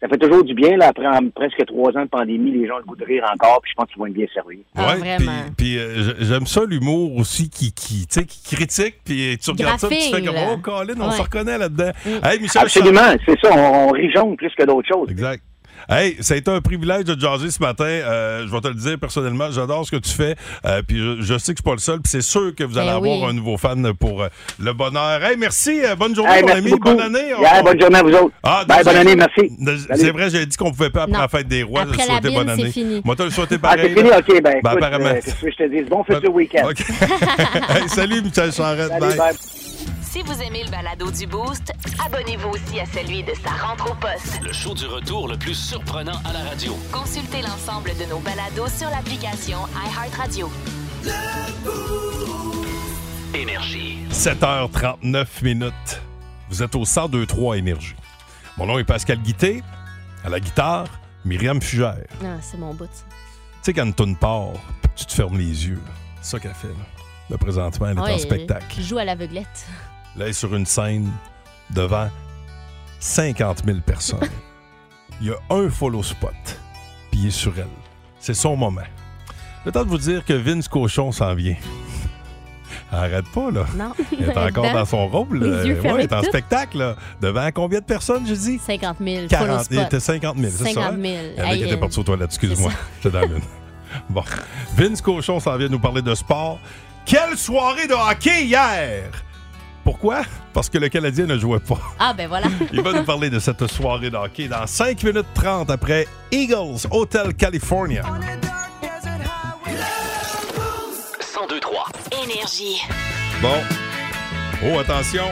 S9: ça fait toujours du bien. Là, après en- presque trois ans de pandémie, les gens ont le goût de rire encore, puis je pense qu'ils vont être bien servis.
S3: Ouais, puis- Puis euh, j- j'aime ça, l'humour aussi qui, qui, tu sais, qui critique, puis tu regardes ça, puis tu fais
S9: Graphing,
S3: comme
S9: là.
S3: Oh, Colin, on
S9: Ouais. Mm.
S3: se reconnaît là-dedans. Hey, Michel
S9: Absolument, Ah, c'est ça, on, on rijonne plus que d'autres choses.
S3: Exact. Hey, ça a été un privilège de te jaser ce matin. Euh, je vais te le dire personnellement, j'adore ce que tu fais. Euh, puis je, je sais que je suis pas le seul. Puis c'est sûr que vous allez
S9: Ben
S3: avoir
S9: oui.
S3: un nouveau fan pour euh, le bonheur. Hey, merci. euh, bonne journée,
S9: Hey,
S3: mon
S9: merci
S3: ami.
S9: beaucoup.
S3: Bonne année. Ah,
S9: Yeah, bonne journée à vous autres. Bye, bonne année, merci.
S3: Ne-
S9: Salut.
S3: C'est vrai, j'ai dit qu'on pouvait pas après
S9: Non.
S3: la fête des rois.
S9: Après
S3: je te
S9: la
S3: souhaitais
S9: bine,
S3: bonne
S9: c'est
S3: année.
S9: fini.
S3: Moi, tu le souhaitais
S9: Ah,
S3: pareil.
S9: c'est fini,
S3: là.
S9: ok, ben, écoute,
S3: apparemment.
S9: euh, qu'est-ce que je te dis? Bon futur week-end.
S3: OK. Hey, salut, Michel Charrette.
S9: Salut,
S3: Bye.
S9: bye.
S1: Si vous aimez le balado du Boost, abonnez-vous aussi à celui de sa rentre au poste.
S2: Le show du retour le plus surprenant à la radio.
S1: Consultez l'ensemble de nos balados sur l'application iHeartRadio.
S2: Énergie.
S3: 7h39 minutes. Vous êtes au 1023 Énergie. Mon nom est Pascal Guité. À la guitare, Myriam Fugère. Tu
S6: Non, c'est mon bout. ça.
S3: sais, quand une toune part, tu te fermes les yeux. C'est ça qu'elle fait, là. Là, présentement, elle est
S6: Ouais, euh,
S3: en spectacle.
S6: Joue à l'aveuglette.
S3: Là, elle est sur une scène devant 50 000 personnes. Il y a un follow spot, puis il est sur elle. C'est son moment. Le temps de vous dire que Vince Cochon s'en vient. Arrête pas, là.
S6: Non.
S3: Elle est encore
S6: Dedans.
S3: dans son rôle.
S6: Les
S3: là.
S6: yeux
S3: Ouais,
S6: fermés
S3: elle est en
S6: tout.
S3: spectacle. là. Devant combien de personnes, j'ai dit?
S6: 50 000.
S3: 40 Il
S6: 000.
S3: était 50 000, c'est ça?
S6: 50
S3: hein? Il y
S6: 000.
S3: en a qui
S6: Hey,
S3: étaient
S6: euh,
S3: partis aux toilettes, excuse-moi. J'étais dans la mine. Bon. Vince Cochon s'en vient nous parler de sport. Quelle soirée de hockey hier! Pourquoi? Parce que le Canadien ne jouait pas.
S6: Ah, ben voilà.
S3: Il va nous parler de cette soirée de hockey dans 5 minutes 30 après Eagles Hotel California.
S2: 1023.
S1: Énergie.
S3: Bon. Oh, attention.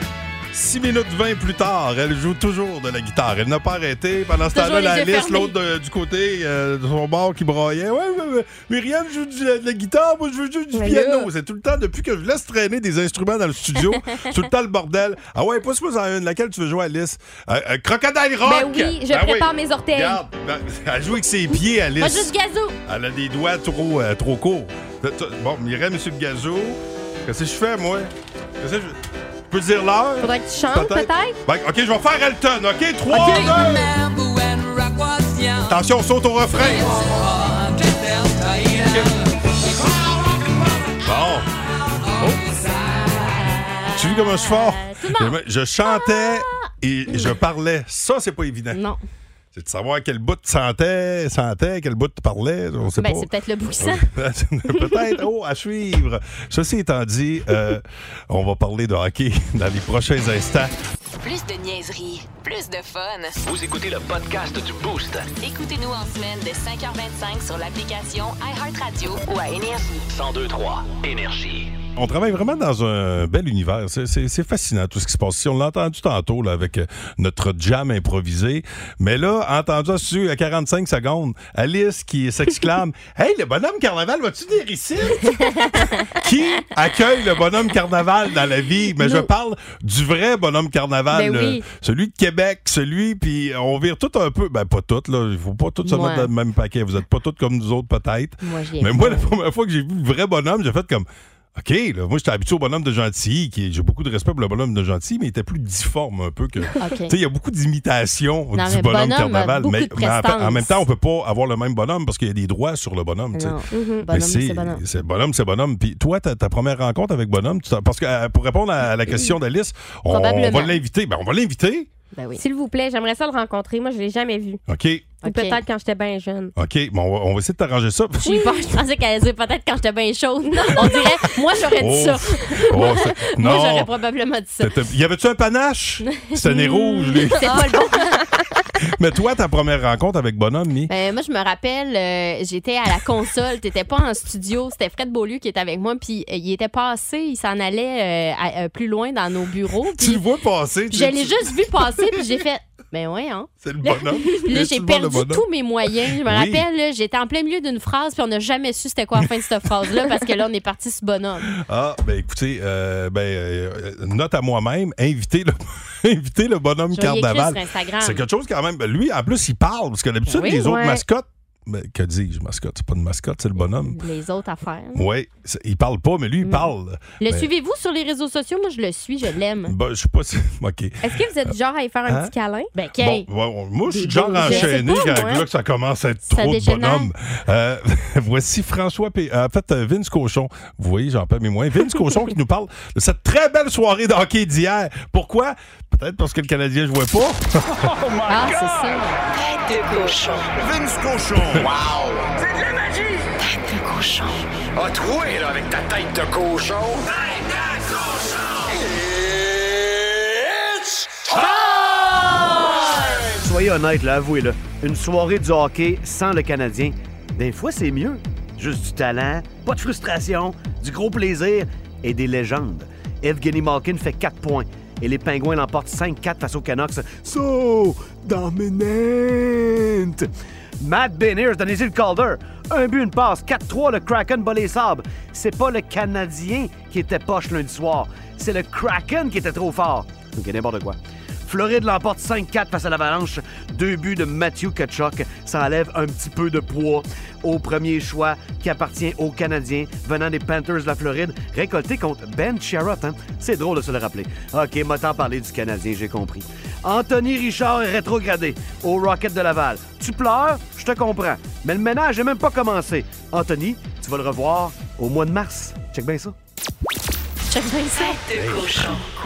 S3: 6 minutes 20 plus tard, elle joue toujours de la guitare. Elle n'a pas arrêté. Pendant ce
S6: Toujours
S3: temps-là,
S6: les
S3: la
S6: yeux
S3: liste,
S6: fermés.
S3: l'autre de- du côté euh, de son bord qui broyait. Ouais, ouais, ouais, Myriam joue du- de la guitare, moi je veux juste du
S6: Mais
S3: piano.
S6: là-
S3: C'est tout le temps, depuis que je laisse traîner des instruments dans le studio, c'est tout le temps le bordel. Ah ouais, pousse-moi en une. Laquelle tu veux jouer, Alice? Euh, euh, Crocodile Rock!
S6: Ben oui, je prépare mes orteils.
S3: Regarde, ben, elle joue avec ses pieds, Alice.
S6: Moi, juste gazou.
S3: Elle a des doigts trop, euh, trop courts. T- t- Bon, Mireille, Monsieur le Gazo, qu'est-ce que je fais, moi? Qu'est-ce que je... je peux dire l'heure?
S7: Faudrait que tu chantes, peut-être?
S3: Ben, OK, je vais faire Elton, OK? 3, 2... Attention, on saute au refrain. Bon. Oh. Tu vu comment je suis fort? Je chantais et je parlais. Ça, c'est pas évident.
S6: Non.
S3: C'est de savoir quel bout tu sentais, sentais, quel bout tu parlais. On sait
S6: Ben,
S3: pas.
S6: c'est peut-être le bouquin.
S3: Peut-être. Oh, à suivre. Ceci étant dit, euh, on va parler de hockey dans les prochains instants.
S1: Plus de niaiserie, plus de fun.
S2: Vous écoutez le podcast du Boost.
S1: Écoutez-nous en semaine de 5h25 sur l'application iHeartRadio ou à Énergie.
S2: 1023 Énergie.
S3: On travaille vraiment dans un bel univers. C'est- C'est c'est fascinant tout ce qui se passe. Si on l'a entendu tantôt là, avec euh, notre jam improvisé, mais là, entendu dessus à 45 secondes, Alice qui s'exclame Hey, le bonhomme carnaval, vas-tu venir ici Qui accueille le bonhomme carnaval dans la vie Mais je parle du vrai bonhomme carnaval,
S6: Ben
S3: là.
S6: oui.
S3: celui de Québec, celui, puis on vire tout un peu. Ben, pas toutes, là. Il faut pas toutes se
S6: Ouais.
S3: mettre dans le même paquet. Vous êtes pas toutes comme nous autres, peut-être.
S6: Moi, j'y ai
S3: Mais
S6: pas.
S3: moi, la première fois que j'ai vu le vrai bonhomme, j'ai fait comme. OK, là, moi, j'étais habitué au bonhomme de Gentilly, qui j'ai beaucoup de respect pour le bonhomme de Gentilly, mais il était plus difforme un peu que. Tu sais, il y a beaucoup d'imitations
S6: Non,
S3: du bonhomme,
S6: mais bonhomme a
S3: carnaval,
S6: beaucoup
S3: mais,
S6: de
S3: mais en, fait- en même
S6: prestance.
S3: temps, on peut pas avoir le même bonhomme parce qu'il y a des droits sur le bonhomme. tu sais.
S6: Non.
S3: Mais
S6: Mhm. Bonhomme, c'est bonhomme.
S3: C'est bonhomme, c'est bonhomme. Puis toi, ta, ta première rencontre avec bonhomme, tu t'en- parce que euh, pour répondre à la question d'Alice, on, on va
S7: Probablement.
S3: l'inviter. Ben, on va l'inviter.
S7: S'il vous plaît, j'aimerais ça le rencontrer. Moi, je l'ai jamais vu.
S3: OK,
S7: Ou Peut-être quand j'étais bien jeune.
S3: OK, bon, on, va, on va essayer de t'arranger ça.
S6: J'ai eu peur, je pensais qu'elle disait peut-être quand j'étais bien chaude. On dirait, moi j'aurais dit ça.
S3: Oh, oh, c'est-
S6: Moi
S3: non.
S6: j'aurais probablement dit ça.
S3: T'étais- Y avait-tu un panache? C'était né rouge, lui.
S6: C'est pas le bon.
S3: Mais toi, ta première rencontre avec Bonhomme, Mi?
S6: Ben, moi, je me rappelle, euh, j'étais à la console, t'étais pas en studio, c'était Fred Beaulieu qui était avec moi, puis euh, il était passé, il s'en allait euh, à- euh, plus loin dans nos bureaux.
S3: Tu le vois passer. tu-
S6: Puis je l'ai
S3: tu-
S6: juste vu passer, puis j'ai fait, ben ouais, hein.
S3: C'est le bonhomme.
S6: Puis là,
S3: Laisse-tu
S6: j'ai
S3: le voir, le
S6: perdu
S3: bonhomme?
S6: tous mes moyens. Je me
S3: Oui.
S6: rappelle, là, j'étais en plein milieu d'une phrase, puis on n'a jamais su c'était quoi la fin de cette phrase-là, parce que là, on est parti sur bonhomme.
S3: Ah, ben écoutez, euh, ben, euh, euh, note à moi-même, invitez le, invitez le bonhomme
S6: Je vais y écrire
S3: carnaval.
S6: sur Instagram.
S3: C'est quelque chose quand même. Ben, Lui, en plus, il parle, parce que d'habitude,
S6: Oui,
S3: les autres
S6: ouais.
S3: mascottes, ben, que dis-je, mascotte? C'est pas une mascotte, c'est le bonhomme.
S6: Les autres affaires.
S3: Oui, il parle pas, mais
S6: Mm.
S3: lui, il parle.
S6: Le
S3: Ben,
S6: suivez-vous sur les réseaux sociaux? Moi, je le suis, je l'aime.
S3: ben, je sais pas si. OK.
S7: Est-ce que vous êtes du genre à y faire un
S3: Hein?
S7: petit câlin?
S6: Ben, OK.
S3: Bon, ouais, ouais, moi, je suis
S6: Des
S3: genre
S6: beaux yeux.
S3: enchaîné
S6: Je sais pas,
S3: quand
S6: moi.
S3: là, que ça commence à être
S6: Ça
S3: trop de
S6: dégénère.
S3: bonhommes. Euh, voici François P. En fait, euh, Vince Cochon. Vous voyez, j'en perds mes moyens. Vince Cochon qui nous parle de cette très belle soirée de hockey d'hier. Pourquoi? Peut-être parce que le Canadien jouait pas.
S6: Ah, c'est ça.
S1: Tête de cochon.
S11: Vince Cochon. Wow! C'est de la magie! Tête de cochon. A troué, là, avec ta tête de cochon. Tête de cochon! It's time!
S12: Soyez honnête, là, avouez, là. Une soirée du hockey sans le Canadien, des fois, c'est mieux. Juste du talent, pas de frustration, du gros plaisir et des légendes. Evgeny Malkin fait 4 points et les Pingouins l'emportent 5-4 face aux Canucks. So dominant! Matt Beniers de Nizil Calder, un but, une passe, 4-3, le Kraken bat les sables. C'est pas le Canadien qui était poche lundi soir, c'est le Kraken qui était trop fort. OK, n'importe quoi. Floride l'emporte 5-4 face à l'Avalanche. Deux buts de Matthew Kachuk. Ça enlève un petit peu de poids au premier choix qui appartient aux Canadiens venant des Panthers de la Floride, récolté contre Ben Sherrod. hein. C'est drôle de se le rappeler. OK, m'a tant parlé du Canadien, j'ai compris. Anthony Richard est rétrogradé au Rocket de Laval. Tu pleures, je te comprends. Mais le ménage n'est même pas commencé. Anthony, tu vas le revoir au mois de mars. Check bien ça.
S6: Check bien ça.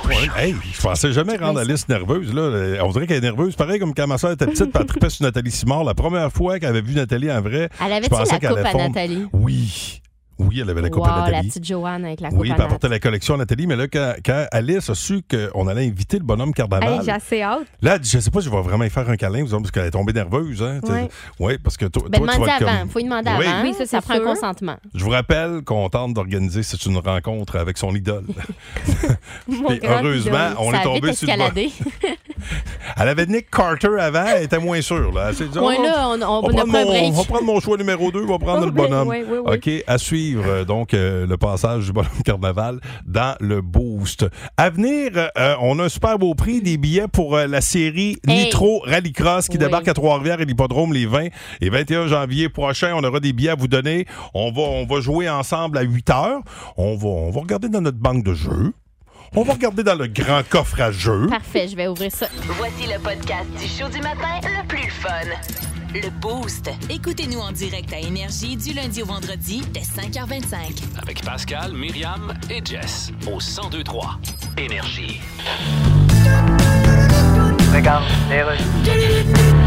S3: Ouais, hey, je pensais jamais rendre Alice nerveuse. Là. Euh, On dirait qu'elle est nerveuse. Pareil comme quand ma soeur était petite, puis elle trippait sur Nathalie Simard. La première fois qu'elle avait vu Nathalie en vrai,
S6: Elle
S3: je
S6: avait-tu
S3: pensais
S6: la
S3: qu'elle
S6: coupe
S3: allait
S6: à
S3: fondre.
S6: Nathalie?
S3: Oui. Oui, elle avait la coupe à
S6: Wow, la
S3: Nathalie.
S6: petite Joanne avec la coupe
S3: Oui, puis
S6: à
S3: elle
S6: natte.
S3: apportait la collection à Nathalie, mais là, quand, quand Alice a su qu'on allait inviter le bonhomme
S7: Hey,
S3: carnaval,
S7: j'ai assez hâte.
S3: là, elle dit, je sais pas si je vais vraiment y faire un câlin, vous savez, parce qu'elle est tombée nerveuse. Hein,
S7: Ouais.
S3: Oui, parce que toi,
S6: Ben,
S3: toi, tu
S6: demandez
S3: vas être
S6: avant.
S3: comme-
S6: Faut y demander
S3: Oui.
S6: avant.
S3: Oui,
S6: ça, prend un consentement.
S3: Je vous rappelle qu'on tente d'organiser, c'est une rencontre avec son idole. Puis heureusement, on
S6: ça
S3: est
S6: a
S3: tombé
S6: vite
S3: sur le bon-
S6: escaladé.
S3: Elle avait Nick Carter avant, elle était moins sûre. Là. Elle s'est dit, oh,
S6: Ouais,
S3: on,
S6: là, on- on-
S3: on
S6: on
S3: prend
S6: a pas un
S3: mon,
S6: break.
S3: on va prendre mon choix numéro 2, on va prendre le bonhomme.
S6: oui, oui, oui.
S3: OK, à suivre, euh, donc, euh, le passage du bonhomme carnaval dans le Boost. À venir, euh, on a un super beau prix, des billets pour euh, la série
S2: Hey.
S3: Nitro Rallycross qui débarque à Trois-Rivières et l'Hippodrome les 20 et 21 janvier prochain. On aura des billets à vous donner. On va, on va jouer ensemble à 8 heures. On va, on va regarder dans notre banque de jeux. On va regarder dans le grand coffre à jeux.
S6: Parfait, je vais ouvrir ça.
S1: Voici le podcast du show du matin le plus fun. Le Boost.
S13: Écoutez-nous en direct à Énergie du lundi au vendredi dès 5h25.
S2: Avec Pascal, Myriam et Jess au 1023 Énergie.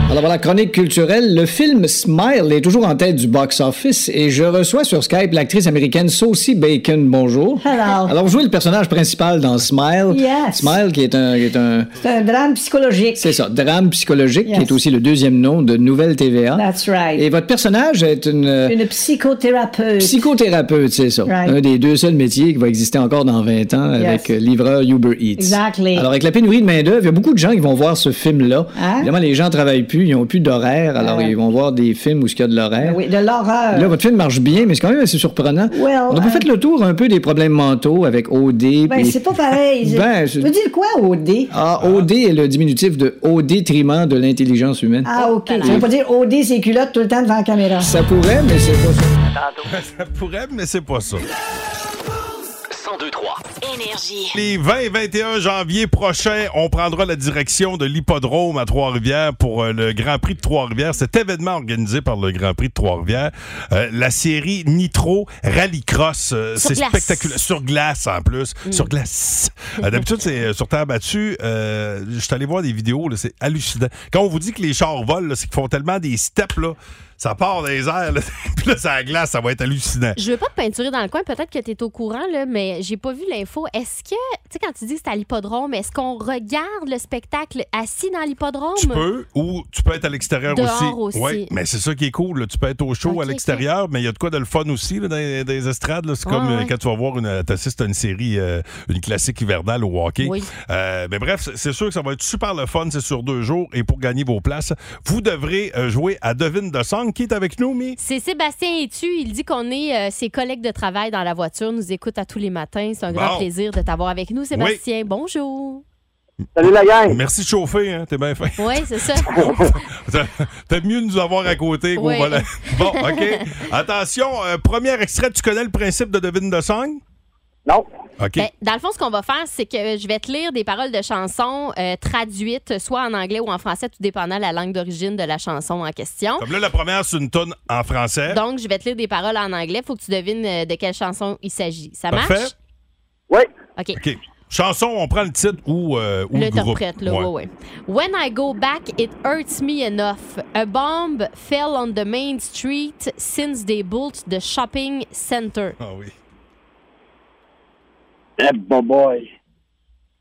S5: Alors voilà, chronique culturelle, le film Smile est toujours en tête du box-office et je reçois sur Skype l'actrice américaine Saucy Bacon. Bonjour.
S14: Hello.
S5: Alors, vous jouez le personnage principal dans Smile.
S14: Yes.
S5: Smile qui est un... qui est un-
S14: C'est un drame psychologique.
S5: C'est ça, drame psychologique, qui
S14: Yes.
S5: est aussi le deuxième nom de Nouvelle TVA.
S14: That's right.
S5: Et votre personnage est une... euh,
S14: Une psychothérapeute.
S5: Psychothérapeute, c'est ça.
S14: Right.
S5: Un des deux seuls métiers qui va exister encore dans 20 ans
S14: Yes.
S5: avec euh, livreur Uber Eats.
S14: Exactly.
S5: Alors, avec la pénurie de main-d'œuvre, il y a beaucoup de gens qui vont voir ce film-là.
S14: Hein?
S5: Évidemment, les gens ne travaillent plus, ils n'ont plus d'horaire, alors
S14: Ah ouais. Ah
S5: ils vont voir des films où il y a de l'horaire.
S14: Oui, de l'horreur.
S5: Là, votre film marche bien, mais c'est quand même assez surprenant.
S14: Well,
S5: On a pas
S14: euh,
S5: fait le tour un peu des problèmes mentaux avec OD.
S14: Ben,
S5: puis-
S14: c'est pas pareil.
S5: Ben,
S14: je...
S5: je-
S14: veux dire quoi, OD?
S5: Ah, OD est le diminutif de au détriment de l'intelligence humaine.
S14: Ah, OK. Tu veux pas dire OD, c'est culotte tout le temps devant la caméra.
S5: Ça pourrait, mais c'est pas ça.
S3: ça pourrait, mais c'est pas ça.
S2: 1023
S13: Énergie.
S3: Les 20 et 21 janvier prochains, on prendra la direction de l'hippodrome à Trois-Rivières pour euh, le Grand Prix de Trois-Rivières. Cet événement organisé par le Grand Prix de Trois-Rivières, euh, la série Nitro Rallycross, euh,
S2: Sur
S3: c'est
S2: glace.
S3: spectaculaire. Sur glace en plus.
S2: Mm.
S3: Sur glace. Euh, D'habitude, c'est euh, sur terre battue. Euh, je suis allé voir des vidéos, là, c'est hallucinant. Quand on vous dit que les chars volent, là, c'est qu'ils font tellement des steps, là, ça part dans les airs, là, puis là, c'est à la glace, ça va être hallucinant.
S6: Je veux pas te peinturer dans le coin, peut-être que tu es au courant, là, mais j'ai pas vu l'info. Est-ce que, tu sais, quand tu dis que c'est à l'hippodrome, est-ce qu'on regarde le spectacle assis dans l'hippodrome?
S3: Tu peux ou tu peux être à l'extérieur aussi.
S6: Dehors aussi.
S3: Ouais, mais c'est ça qui est cool. là. Tu peux être au show à l'extérieur, mais il y a de quoi de le fun aussi là, dans, les- dans les estrades. là. C'est
S2: Ouais,
S3: comme euh,
S2: ouais.
S3: quand tu vas voir une, t'assistes à une série, euh, une classique hivernale au hockey.
S2: Oui.
S3: Euh, mais bref, c'est- c'est sûr que ça va être super le fun. C'est sur deux jours. Et pour gagner vos places, vous devrez euh, jouer à Devine de Sang qui est avec nous, mais.
S6: C'est Sébastien Etu. Il dit qu'on est euh, ses collègues de travail dans la voiture, nous écoute à tous les matins. C'est un
S3: Bon.
S6: grand plaisir de t'avoir avec nous, Sébastien. Bonjour.
S3: Salut la gang! Merci de chauffer, hein? T'es bien fin.
S6: Oui, c'est ça.
S3: T'as- T'as mieux de nous avoir à côté qu'au
S6: Ouais.
S3: volant. Bon, OK. Attention, euh, premier extrait, tu connais le principe de Devine de Sang? Non. OK.
S6: Ben, dans le fond, ce qu'on va faire, c'est que je vais te lire des paroles de chansons euh, traduites, soit en anglais ou en français, tout dépendant de la langue d'origine de la chanson en question.
S3: Comme là, la première, c'est une tonne en français.
S6: Donc, je vais te lire des paroles en anglais. faut que tu devines euh, de quelle chanson il s'agit. Ça marche?
S3: Parfait.
S6: Oui. OK.
S3: OK. Chanson, on prend le titre ou, euh, ou le groupe.
S6: L'interprète, là, ouais, ouais. When I go back, it hurts me enough. A bomb fell on the main street since they built the shopping center.
S3: Ah oui.
S9: Eh, bon boy.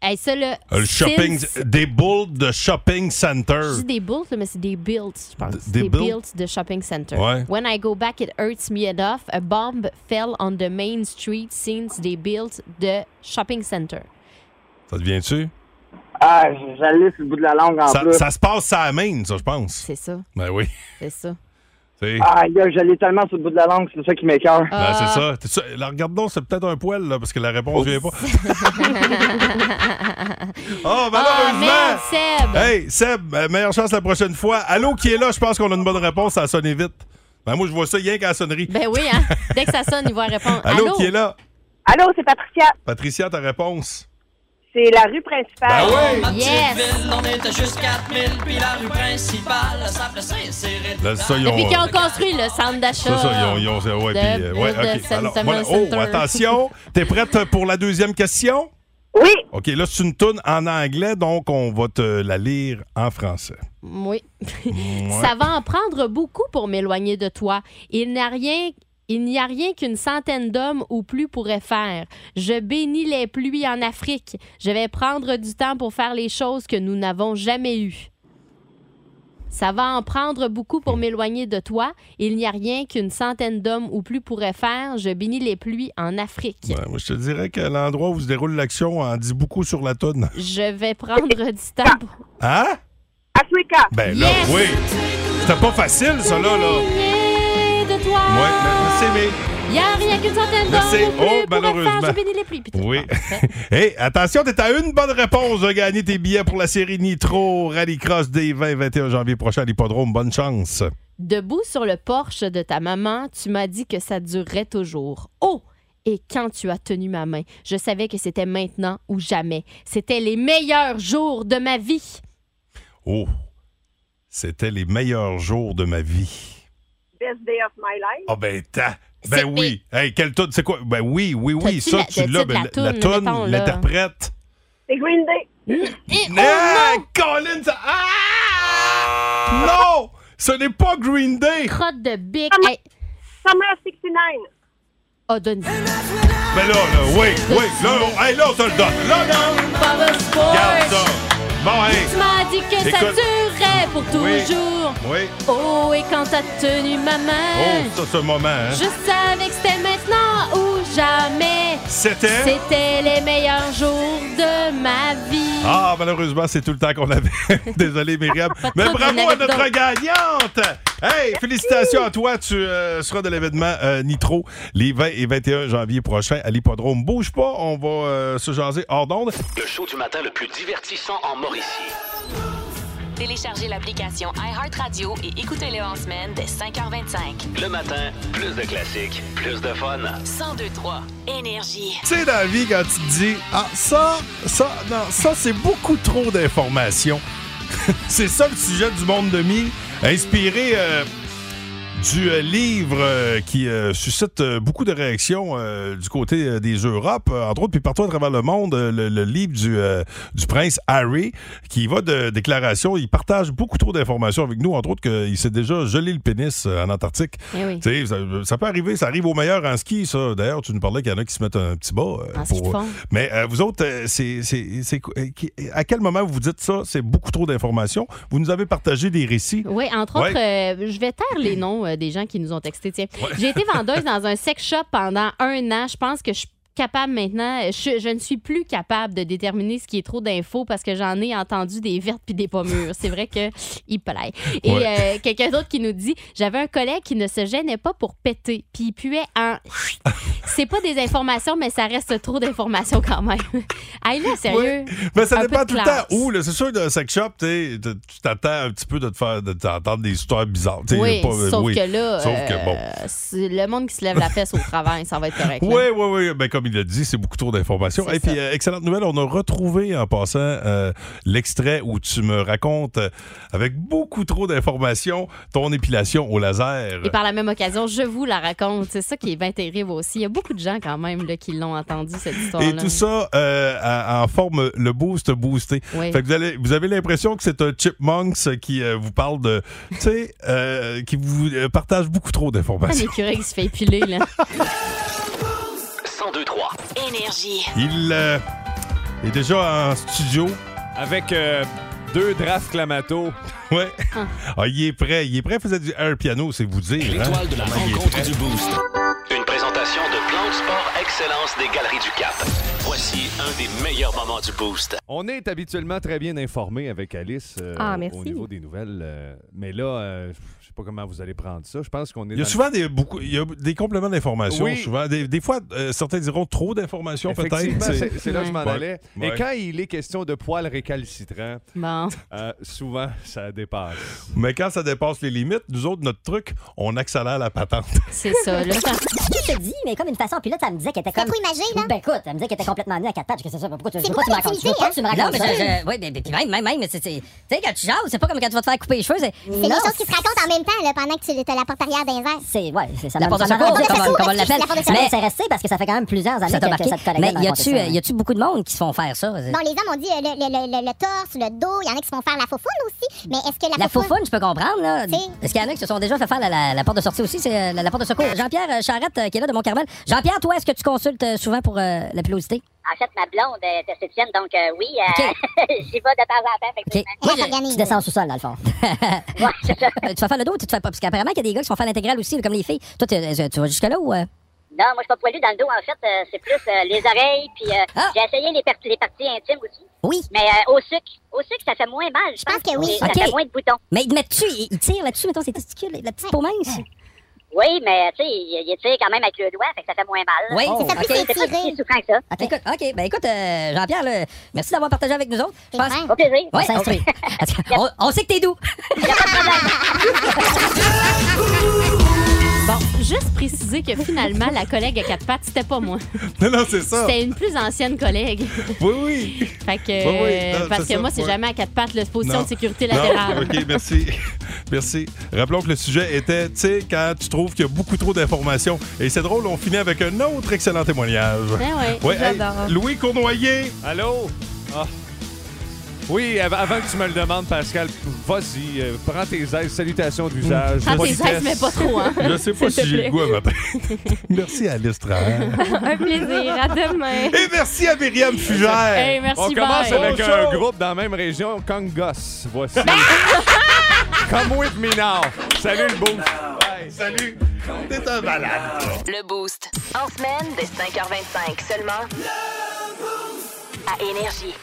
S6: Hey, ça, là,
S3: Euh, Le shopping,
S6: since-
S3: des boules de shopping center.
S6: Je dis des builds, là, mais c'est des builds, je pense.
S3: Des
S6: Des,
S3: builds?
S6: builds de shopping center.
S3: Ouais.
S6: When I go back, it hurts me enough. A bomb fell on the main street since they built the shopping center.
S3: Ça devient-tu?
S9: Ah, j'allais sur le bout de la langue en
S3: Ça,
S9: plus.
S3: ça se passe à la main, ça, je pense. C'est
S6: ça.
S3: Ben oui.
S6: C'est ça.
S3: C'est
S9: Ah, gars, j'allais tellement sur le bout de la langue, c'est ça qui m'écœure.
S3: Ben, c'est ça. T'es sûr- Là, regarde donc, c'est peut-être un poil, là, parce que la réponse vient pas. oh,
S6: merde,
S3: malheureusement!
S6: Ah, Seb!
S3: hey, Seb, euh, meilleure chance la prochaine fois. Allô, qui est là? Je pense qu'on a une bonne réponse. Ça a sonné vite. Ben, moi, je vois ça rien qu'à la sonnerie.
S6: Ben oui, hein? Dès que ça sonne, il va répondre.
S3: Allô, qui est là?
S15: Allô, c'est Patricia.
S3: Patricia, ta réponse?
S15: C'est la rue principale.
S3: Ben oui.
S6: Yes.
S16: On était juste 4000, puis la rue principale, ça s'appelait Saint-Cyril.
S3: Là, ça, ils ont-
S6: Depuis qu'ils ont construit le centre d'achat.
S3: Ça, ça, ils ont. Ils ont ouais,
S6: de-
S3: puis, euh, ouais,
S6: de-
S3: ok.
S6: de-
S3: Alors,
S6: de-
S3: voilà.
S6: de-
S3: Oh,
S6: center.
S3: attention. T'es prête pour la deuxième question?
S15: Oui.
S3: OK, là, c'est une toune en anglais, donc on va te la lire en français.
S6: Oui. Ça va en prendre beaucoup pour m'éloigner de toi. Il n'a rien Il n'y a rien qu'une centaine d'hommes ou plus pourraient faire. Je bénis les pluies en Afrique. Je vais prendre du temps pour faire les choses que nous n'avons jamais eues. Ça va en prendre beaucoup pour m'éloigner de toi. Il n'y a rien qu'une centaine d'hommes ou plus pourraient faire. Je bénis les pluies en Afrique.
S3: Ouais, moi, je te dirais que l'endroit où se déroule l'action en dit beaucoup sur la tonne.
S6: Je vais prendre du temps pour...
S3: Hein?
S15: Africa.
S3: Ben là,
S6: Yes!
S3: oui. C'était pas facile, ça, là. là. Ouais,
S6: de toi.
S3: mais- merci, mais.
S6: Il n'y a rien qu'une centaine d'hommes
S3: Merci.
S6: ou plus
S3: Oh,
S6: pourraient faire.
S3: malheureusement.
S6: Je bénis les pluies. Puis
S3: Oui. Hey, attention, t'es à une bonne réponse de gagner tes billets pour la série Nitro Rallycross des 20 21 janvier prochain à l'Hippodrome. Bonne chance.
S6: Debout sur le porche de ta maman, tu m'as dit que ça durerait toujours. Oh! Et quand tu as tenu ma main, je savais que c'était maintenant ou jamais. C'était les meilleurs jours de ma vie.
S3: Oh, c'était les meilleurs jours de ma vie.
S15: Best day of my life.
S3: Ah ben ta- Ben oui. Hey, quelle tune? C'est quoi? Ben oui, oui,
S15: T'as-tu
S3: oui. Ça,
S15: la-
S3: tu
S15: le titre
S3: l'as.
S15: de
S3: ben,
S15: la
S3: la
S15: toune,
S3: toune,
S15: mettons, là? Oh,
S3: l'interprète.
S15: C'est Green Day.
S3: Hey, Colin, ça- Ah! Non! Ce n'est pas Green Day!
S6: Crotte de bic. hey.
S15: Summer 69.
S6: Ah, donne-
S3: Ben là, là, oui, oui, là, on- hey, là, on te le donne. Là,
S6: Pas de spoil.
S3: regarde ça. Bon, hey.
S6: Tu m'as dit que ça
S3: Écoute.
S6: durerait pour
S3: Oui.
S6: toujours.
S3: Oui.
S6: Oh, et quand t'as tenu ma main,
S3: Oh, ça, ce moment, hein?
S6: je savais que c'était maintenant ou jamais.
S3: C'était?
S6: C'était les meilleurs jours de ma vie.
S3: Ah, malheureusement, c'est tout le temps qu'on avait. Désolé, Myriam. Mais
S6: trouble, il y en
S3: bravo à
S6: avait
S3: notre
S6: d'autres.
S3: gagnante! Hey, félicitations à toi. Tu euh, seras de l'événement euh, Nitro les 20 et 21 janvier prochains à l'hippodrome. Bouge pas, on va euh, se jaser hors d'onde.
S11: Le show du matin le plus divertissant en Mauricie.
S1: Téléchargez l'application iHeartRadio et écoutez-le en semaine dès 5h25.
S11: Le matin, plus de classiques, plus de fun.
S1: 1023 Énergie.
S3: Tu sais, dans la vie, quand tu te dis Ah, ça, ça, non, ça, c'est beaucoup trop d'informations. c'est ça le sujet du monde de mi, inspiré euh, du euh, livre euh, qui euh, suscite euh, beaucoup de réactions euh, du côté euh, des Europes, euh, entre autres, puis partout à travers le monde, euh, le, le livre du, euh, du prince Harry, qui va de déclaration. Il partage beaucoup trop d'informations avec nous, entre autres, qu'il s'est déjà gelé le pénis euh, en Antarctique.
S6: Eh oui.
S3: Tu sais, ça, ça peut arriver, ça arrive au meilleur en ski, ça. D'ailleurs, tu nous parlais qu'il y en a qui se mettent un petit bas. euh,
S6: En ski de fond.
S3: Mais euh, vous autres, euh, c'est, c'est- c'est quoi- euh, qui- à quel moment vous vous dites ça? C'est beaucoup trop d'informations. Vous nous avez partagé des récits.
S6: Oui, entre
S3: Ouais.
S6: autres, euh, je vais taire les noms euh, des gens qui nous ont texté. Tiens, j'ai été vendeuse dans un sex shop pendant un an. Je pense que je suis capable maintenant. Je, je ne suis plus capable de déterminer ce qui est trop d'infos parce que j'en ai entendu des vertes puis des pas mûres. C'est vrai que il plaît. Et
S17: Ouais.
S6: euh, quelqu'un d'autre qui nous dit j'avais un collègue qui ne se gênait pas pour péter puis il puait en. C'est pas des informations, mais ça reste trop d'informations quand même. Allez, là, sérieux.
S3: Mais Ben, ça
S6: un peu
S3: dépend
S6: de
S3: tout le
S6: classe.
S3: temps où. là. c'est sûr, d'un sex shop, t'sais, t- tu t'attends un petit peu de te faire de t'entendre des histoires bizarres. T'sais,
S6: Oui,
S3: pas- euh,
S6: sauf
S3: oui.
S6: que là,
S3: Sauf
S6: euh,
S3: que bon.
S6: c'est le monde qui se lève la fesse au travail, ça va être correct. là.
S3: Oui, oui, oui. Ben, comme il l'a dit, c'est beaucoup trop d'informations. Et
S6: C'est
S3: puis,
S6: ça.
S3: euh, excellente nouvelle, on a retrouvé en passant euh, l'extrait où tu me racontes euh, avec beaucoup trop d'informations ton épilation au laser.
S6: Et par la même occasion, je vous la raconte. C'est ça qui est bien terrible aussi. Il y a beaucoup de gens quand même là, qui l'ont entendu, cette histoire-là.
S3: Et tout ça euh, à- en forme le boost boosté.
S6: Oui.
S3: Fait que vous, allez- vous avez l'impression que c'est un chipmunks qui euh, vous parle de, tu sais, euh, qui vous euh, partage beaucoup trop
S6: Ah,
S3: d'informations.
S6: l'écureuil qui se fait épiler, là.
S11: 1023.
S1: Énergie.
S3: Il euh, est déjà en studio.
S18: Avec euh, deux drafts Clamato.
S3: Ouais. Ah, il est prêt. Il est prêt. Il faisait du air piano, c'est vous dire. hein.
S11: L'étoile de la
S3: Comment il est
S11: rencontre
S3: prêt.
S11: du Boost. Une présentation de Plan de Sport Excellence des Galeries du Cap. Voici un des meilleurs moments du Boost.
S18: On est habituellement très bien informé avec Alice euh,
S7: Ah,
S18: au
S7: merci.
S18: niveau des nouvelles. euh, mais là, euh, je sais pas comment vous allez prendre ça. Je pense qu'on est.
S3: Il y a
S18: dans-
S3: souvent des, beaucoup, il y a des compléments d'informations.
S18: Oui.
S3: Souvent. Des, des fois, euh, certains diront trop d'informations, peut-être.
S18: Effectivement, C'est c'est là que je m'en
S3: Ouais.
S18: allais. Et
S3: Ouais.
S18: quand il est question de poils récalcitrants,
S6: Bon.
S18: euh, souvent, ça dépasse.
S3: Mais quand ça dépasse les limites, nous autres, notre truc, on accélère la patente.
S6: C'est ça, là.
S17: se dit, mais comme une façon. Puis là, ça me disait qu'elle était comme.
S19: trop imagé, là.
S17: Ben écoute, elle me disait qu'elle était complètement nue à quatre pattes. Je sais ça, pourquoi tu,
S19: C'est
S17: pourquoi tu me
S19: beaucoup
S17: racontes
S19: d'intimité,
S17: pourquoi tu me
S19: hein. Non, mais
S17: racontes ça?
S19: je- je-
S17: oui, mais, puis même, même, même, c'est. c'est- Tu sais, quand tu jases, c'est pas comme quand tu vas te faire couper les cheveux. C'est
S19: C'est des choses qui se racontent en même temps, là, pendant que tu t'as la porte arrière d'un verre.
S17: C'est, ouais, c'est ça.
S19: La
S17: me-
S19: porte de
S17: ça me
S19: secours,
S17: rend-
S19: la porte de
S17: comme-
S19: secours,
S17: comme on
S19: excuse,
S17: l'appelle.
S19: la porte de secours.
S17: Mais c'est resté parce que ça fait quand même plusieurs années
S19: Ça t'a
S17: que, que marqué. cette collègue
S19: Mais
S17: m'a
S19: y
S17: raconté
S19: a-tu
S17: ça,
S19: euh,
S17: ouais.
S19: y a-tu beaucoup de monde qui se font faire ça? Bon, les hommes ont dit euh, le, torse, le dos, il y en a qui se font faire la faufoune aussi, mais est-ce que
S17: La faufoune, je peux comprendre, là. Est-ce qu'il y en a qui se sont déjà fait faire la, la- la porte de sortie aussi? C'est euh, la, la porte de secours. Jean-Pierre euh, Charette, euh, qui est là de Montcarmel. Jean-Pierre, toi, est-ce que tu consultes euh, souvent pour euh, la pilosité?
S20: En fait, ma blonde est esthéticienne, donc euh, oui, euh, j'y vais de temps en temps,
S17: OK.
S20: effectivement.
S17: Moi, je- tu descends au sous-sol, Ah, dans le fond. Euh, tu vas faire le dos ou tu te fais pas? Parce qu'apparemment, qu'il y a des gars qui se font faire l'intégrale aussi, là, comme les filles. Toi, t'es- est-ce que tu vas jusque-là ou. euh?
S20: Non, moi, je suis pas poilu dans le dos, en fait. euh, c'est plus euh, les oreilles, puis euh, j'ai essayé les, per- les parties intimes aussi.
S17: Ah. Oui.
S20: Mais euh, au sucre, au sucre, ça fait moins mal. Je pense que
S17: oui.
S20: Ça
S17: OK.
S20: fait moins de boutons.
S17: Mais ils te mettent dessus, ils ils tirent là-dessus, mettons, ses testicules, la petite peau mince.
S20: Oui, mais tu sais, il il tire quand même avec le doigt, fait que ça fait moins mal.
S17: Oui,
S20: Oh,
S17: ça
S20: OK. c'est pas si souffrant que ça.
S17: OK, écoute, OK. Ben écoute, euh, Jean-Pierre, là, merci d'avoir partagé avec nous autres. Je pense.
S20: Au plaisir.
S17: On s'instruit. Parce que on, on sait que t'es doux.
S6: Bon, juste préciser que finalement, la collègue à quatre pattes, c'était pas moi.
S3: Non, non, c'est ça.
S6: C'était une plus ancienne collègue.
S3: Oui, oui.
S6: Fait que,
S3: Oui, oui, non,
S6: euh, parce
S3: c'est
S6: que
S3: ça,
S6: moi, c'est
S3: oui.
S6: jamais à quatre pattes, la position
S3: Non.
S6: de sécurité
S3: Non,
S6: latérale.
S3: OK, merci. Merci. Rappelons que le sujet était, tu sais, quand tu trouves qu'il y a beaucoup trop d'informations. Et c'est drôle, on finit avec un autre excellent témoignage.
S6: Ben ouais,
S3: hey,
S6: j'adore.
S3: Louis Cournoyer.
S18: Allô? Ah. Oui, av- avant que tu me le demandes, Pascal, vas-y, euh, prends tes aises, salutations d'usage.
S6: Prends tes
S18: politesse.
S6: aises, mais pas trop, hein.
S3: Je sais pas
S6: S'il
S3: si
S6: te
S3: j'ai
S6: plaît.
S3: le goût à matin. merci à Alice Traher.
S6: Un plaisir. À demain.
S3: Et merci à Myriam Fugère.
S6: Hey, merci,
S18: On commence
S6: bye.
S18: avec
S6: Bon
S18: un
S6: show.
S18: groupe dans la même région, Kongos. Voici. Come with me now. Salut le beau.
S3: Salut. T'es un malade.
S1: Le Boost. En semaine, dès 5h25 seulement. À Énergie.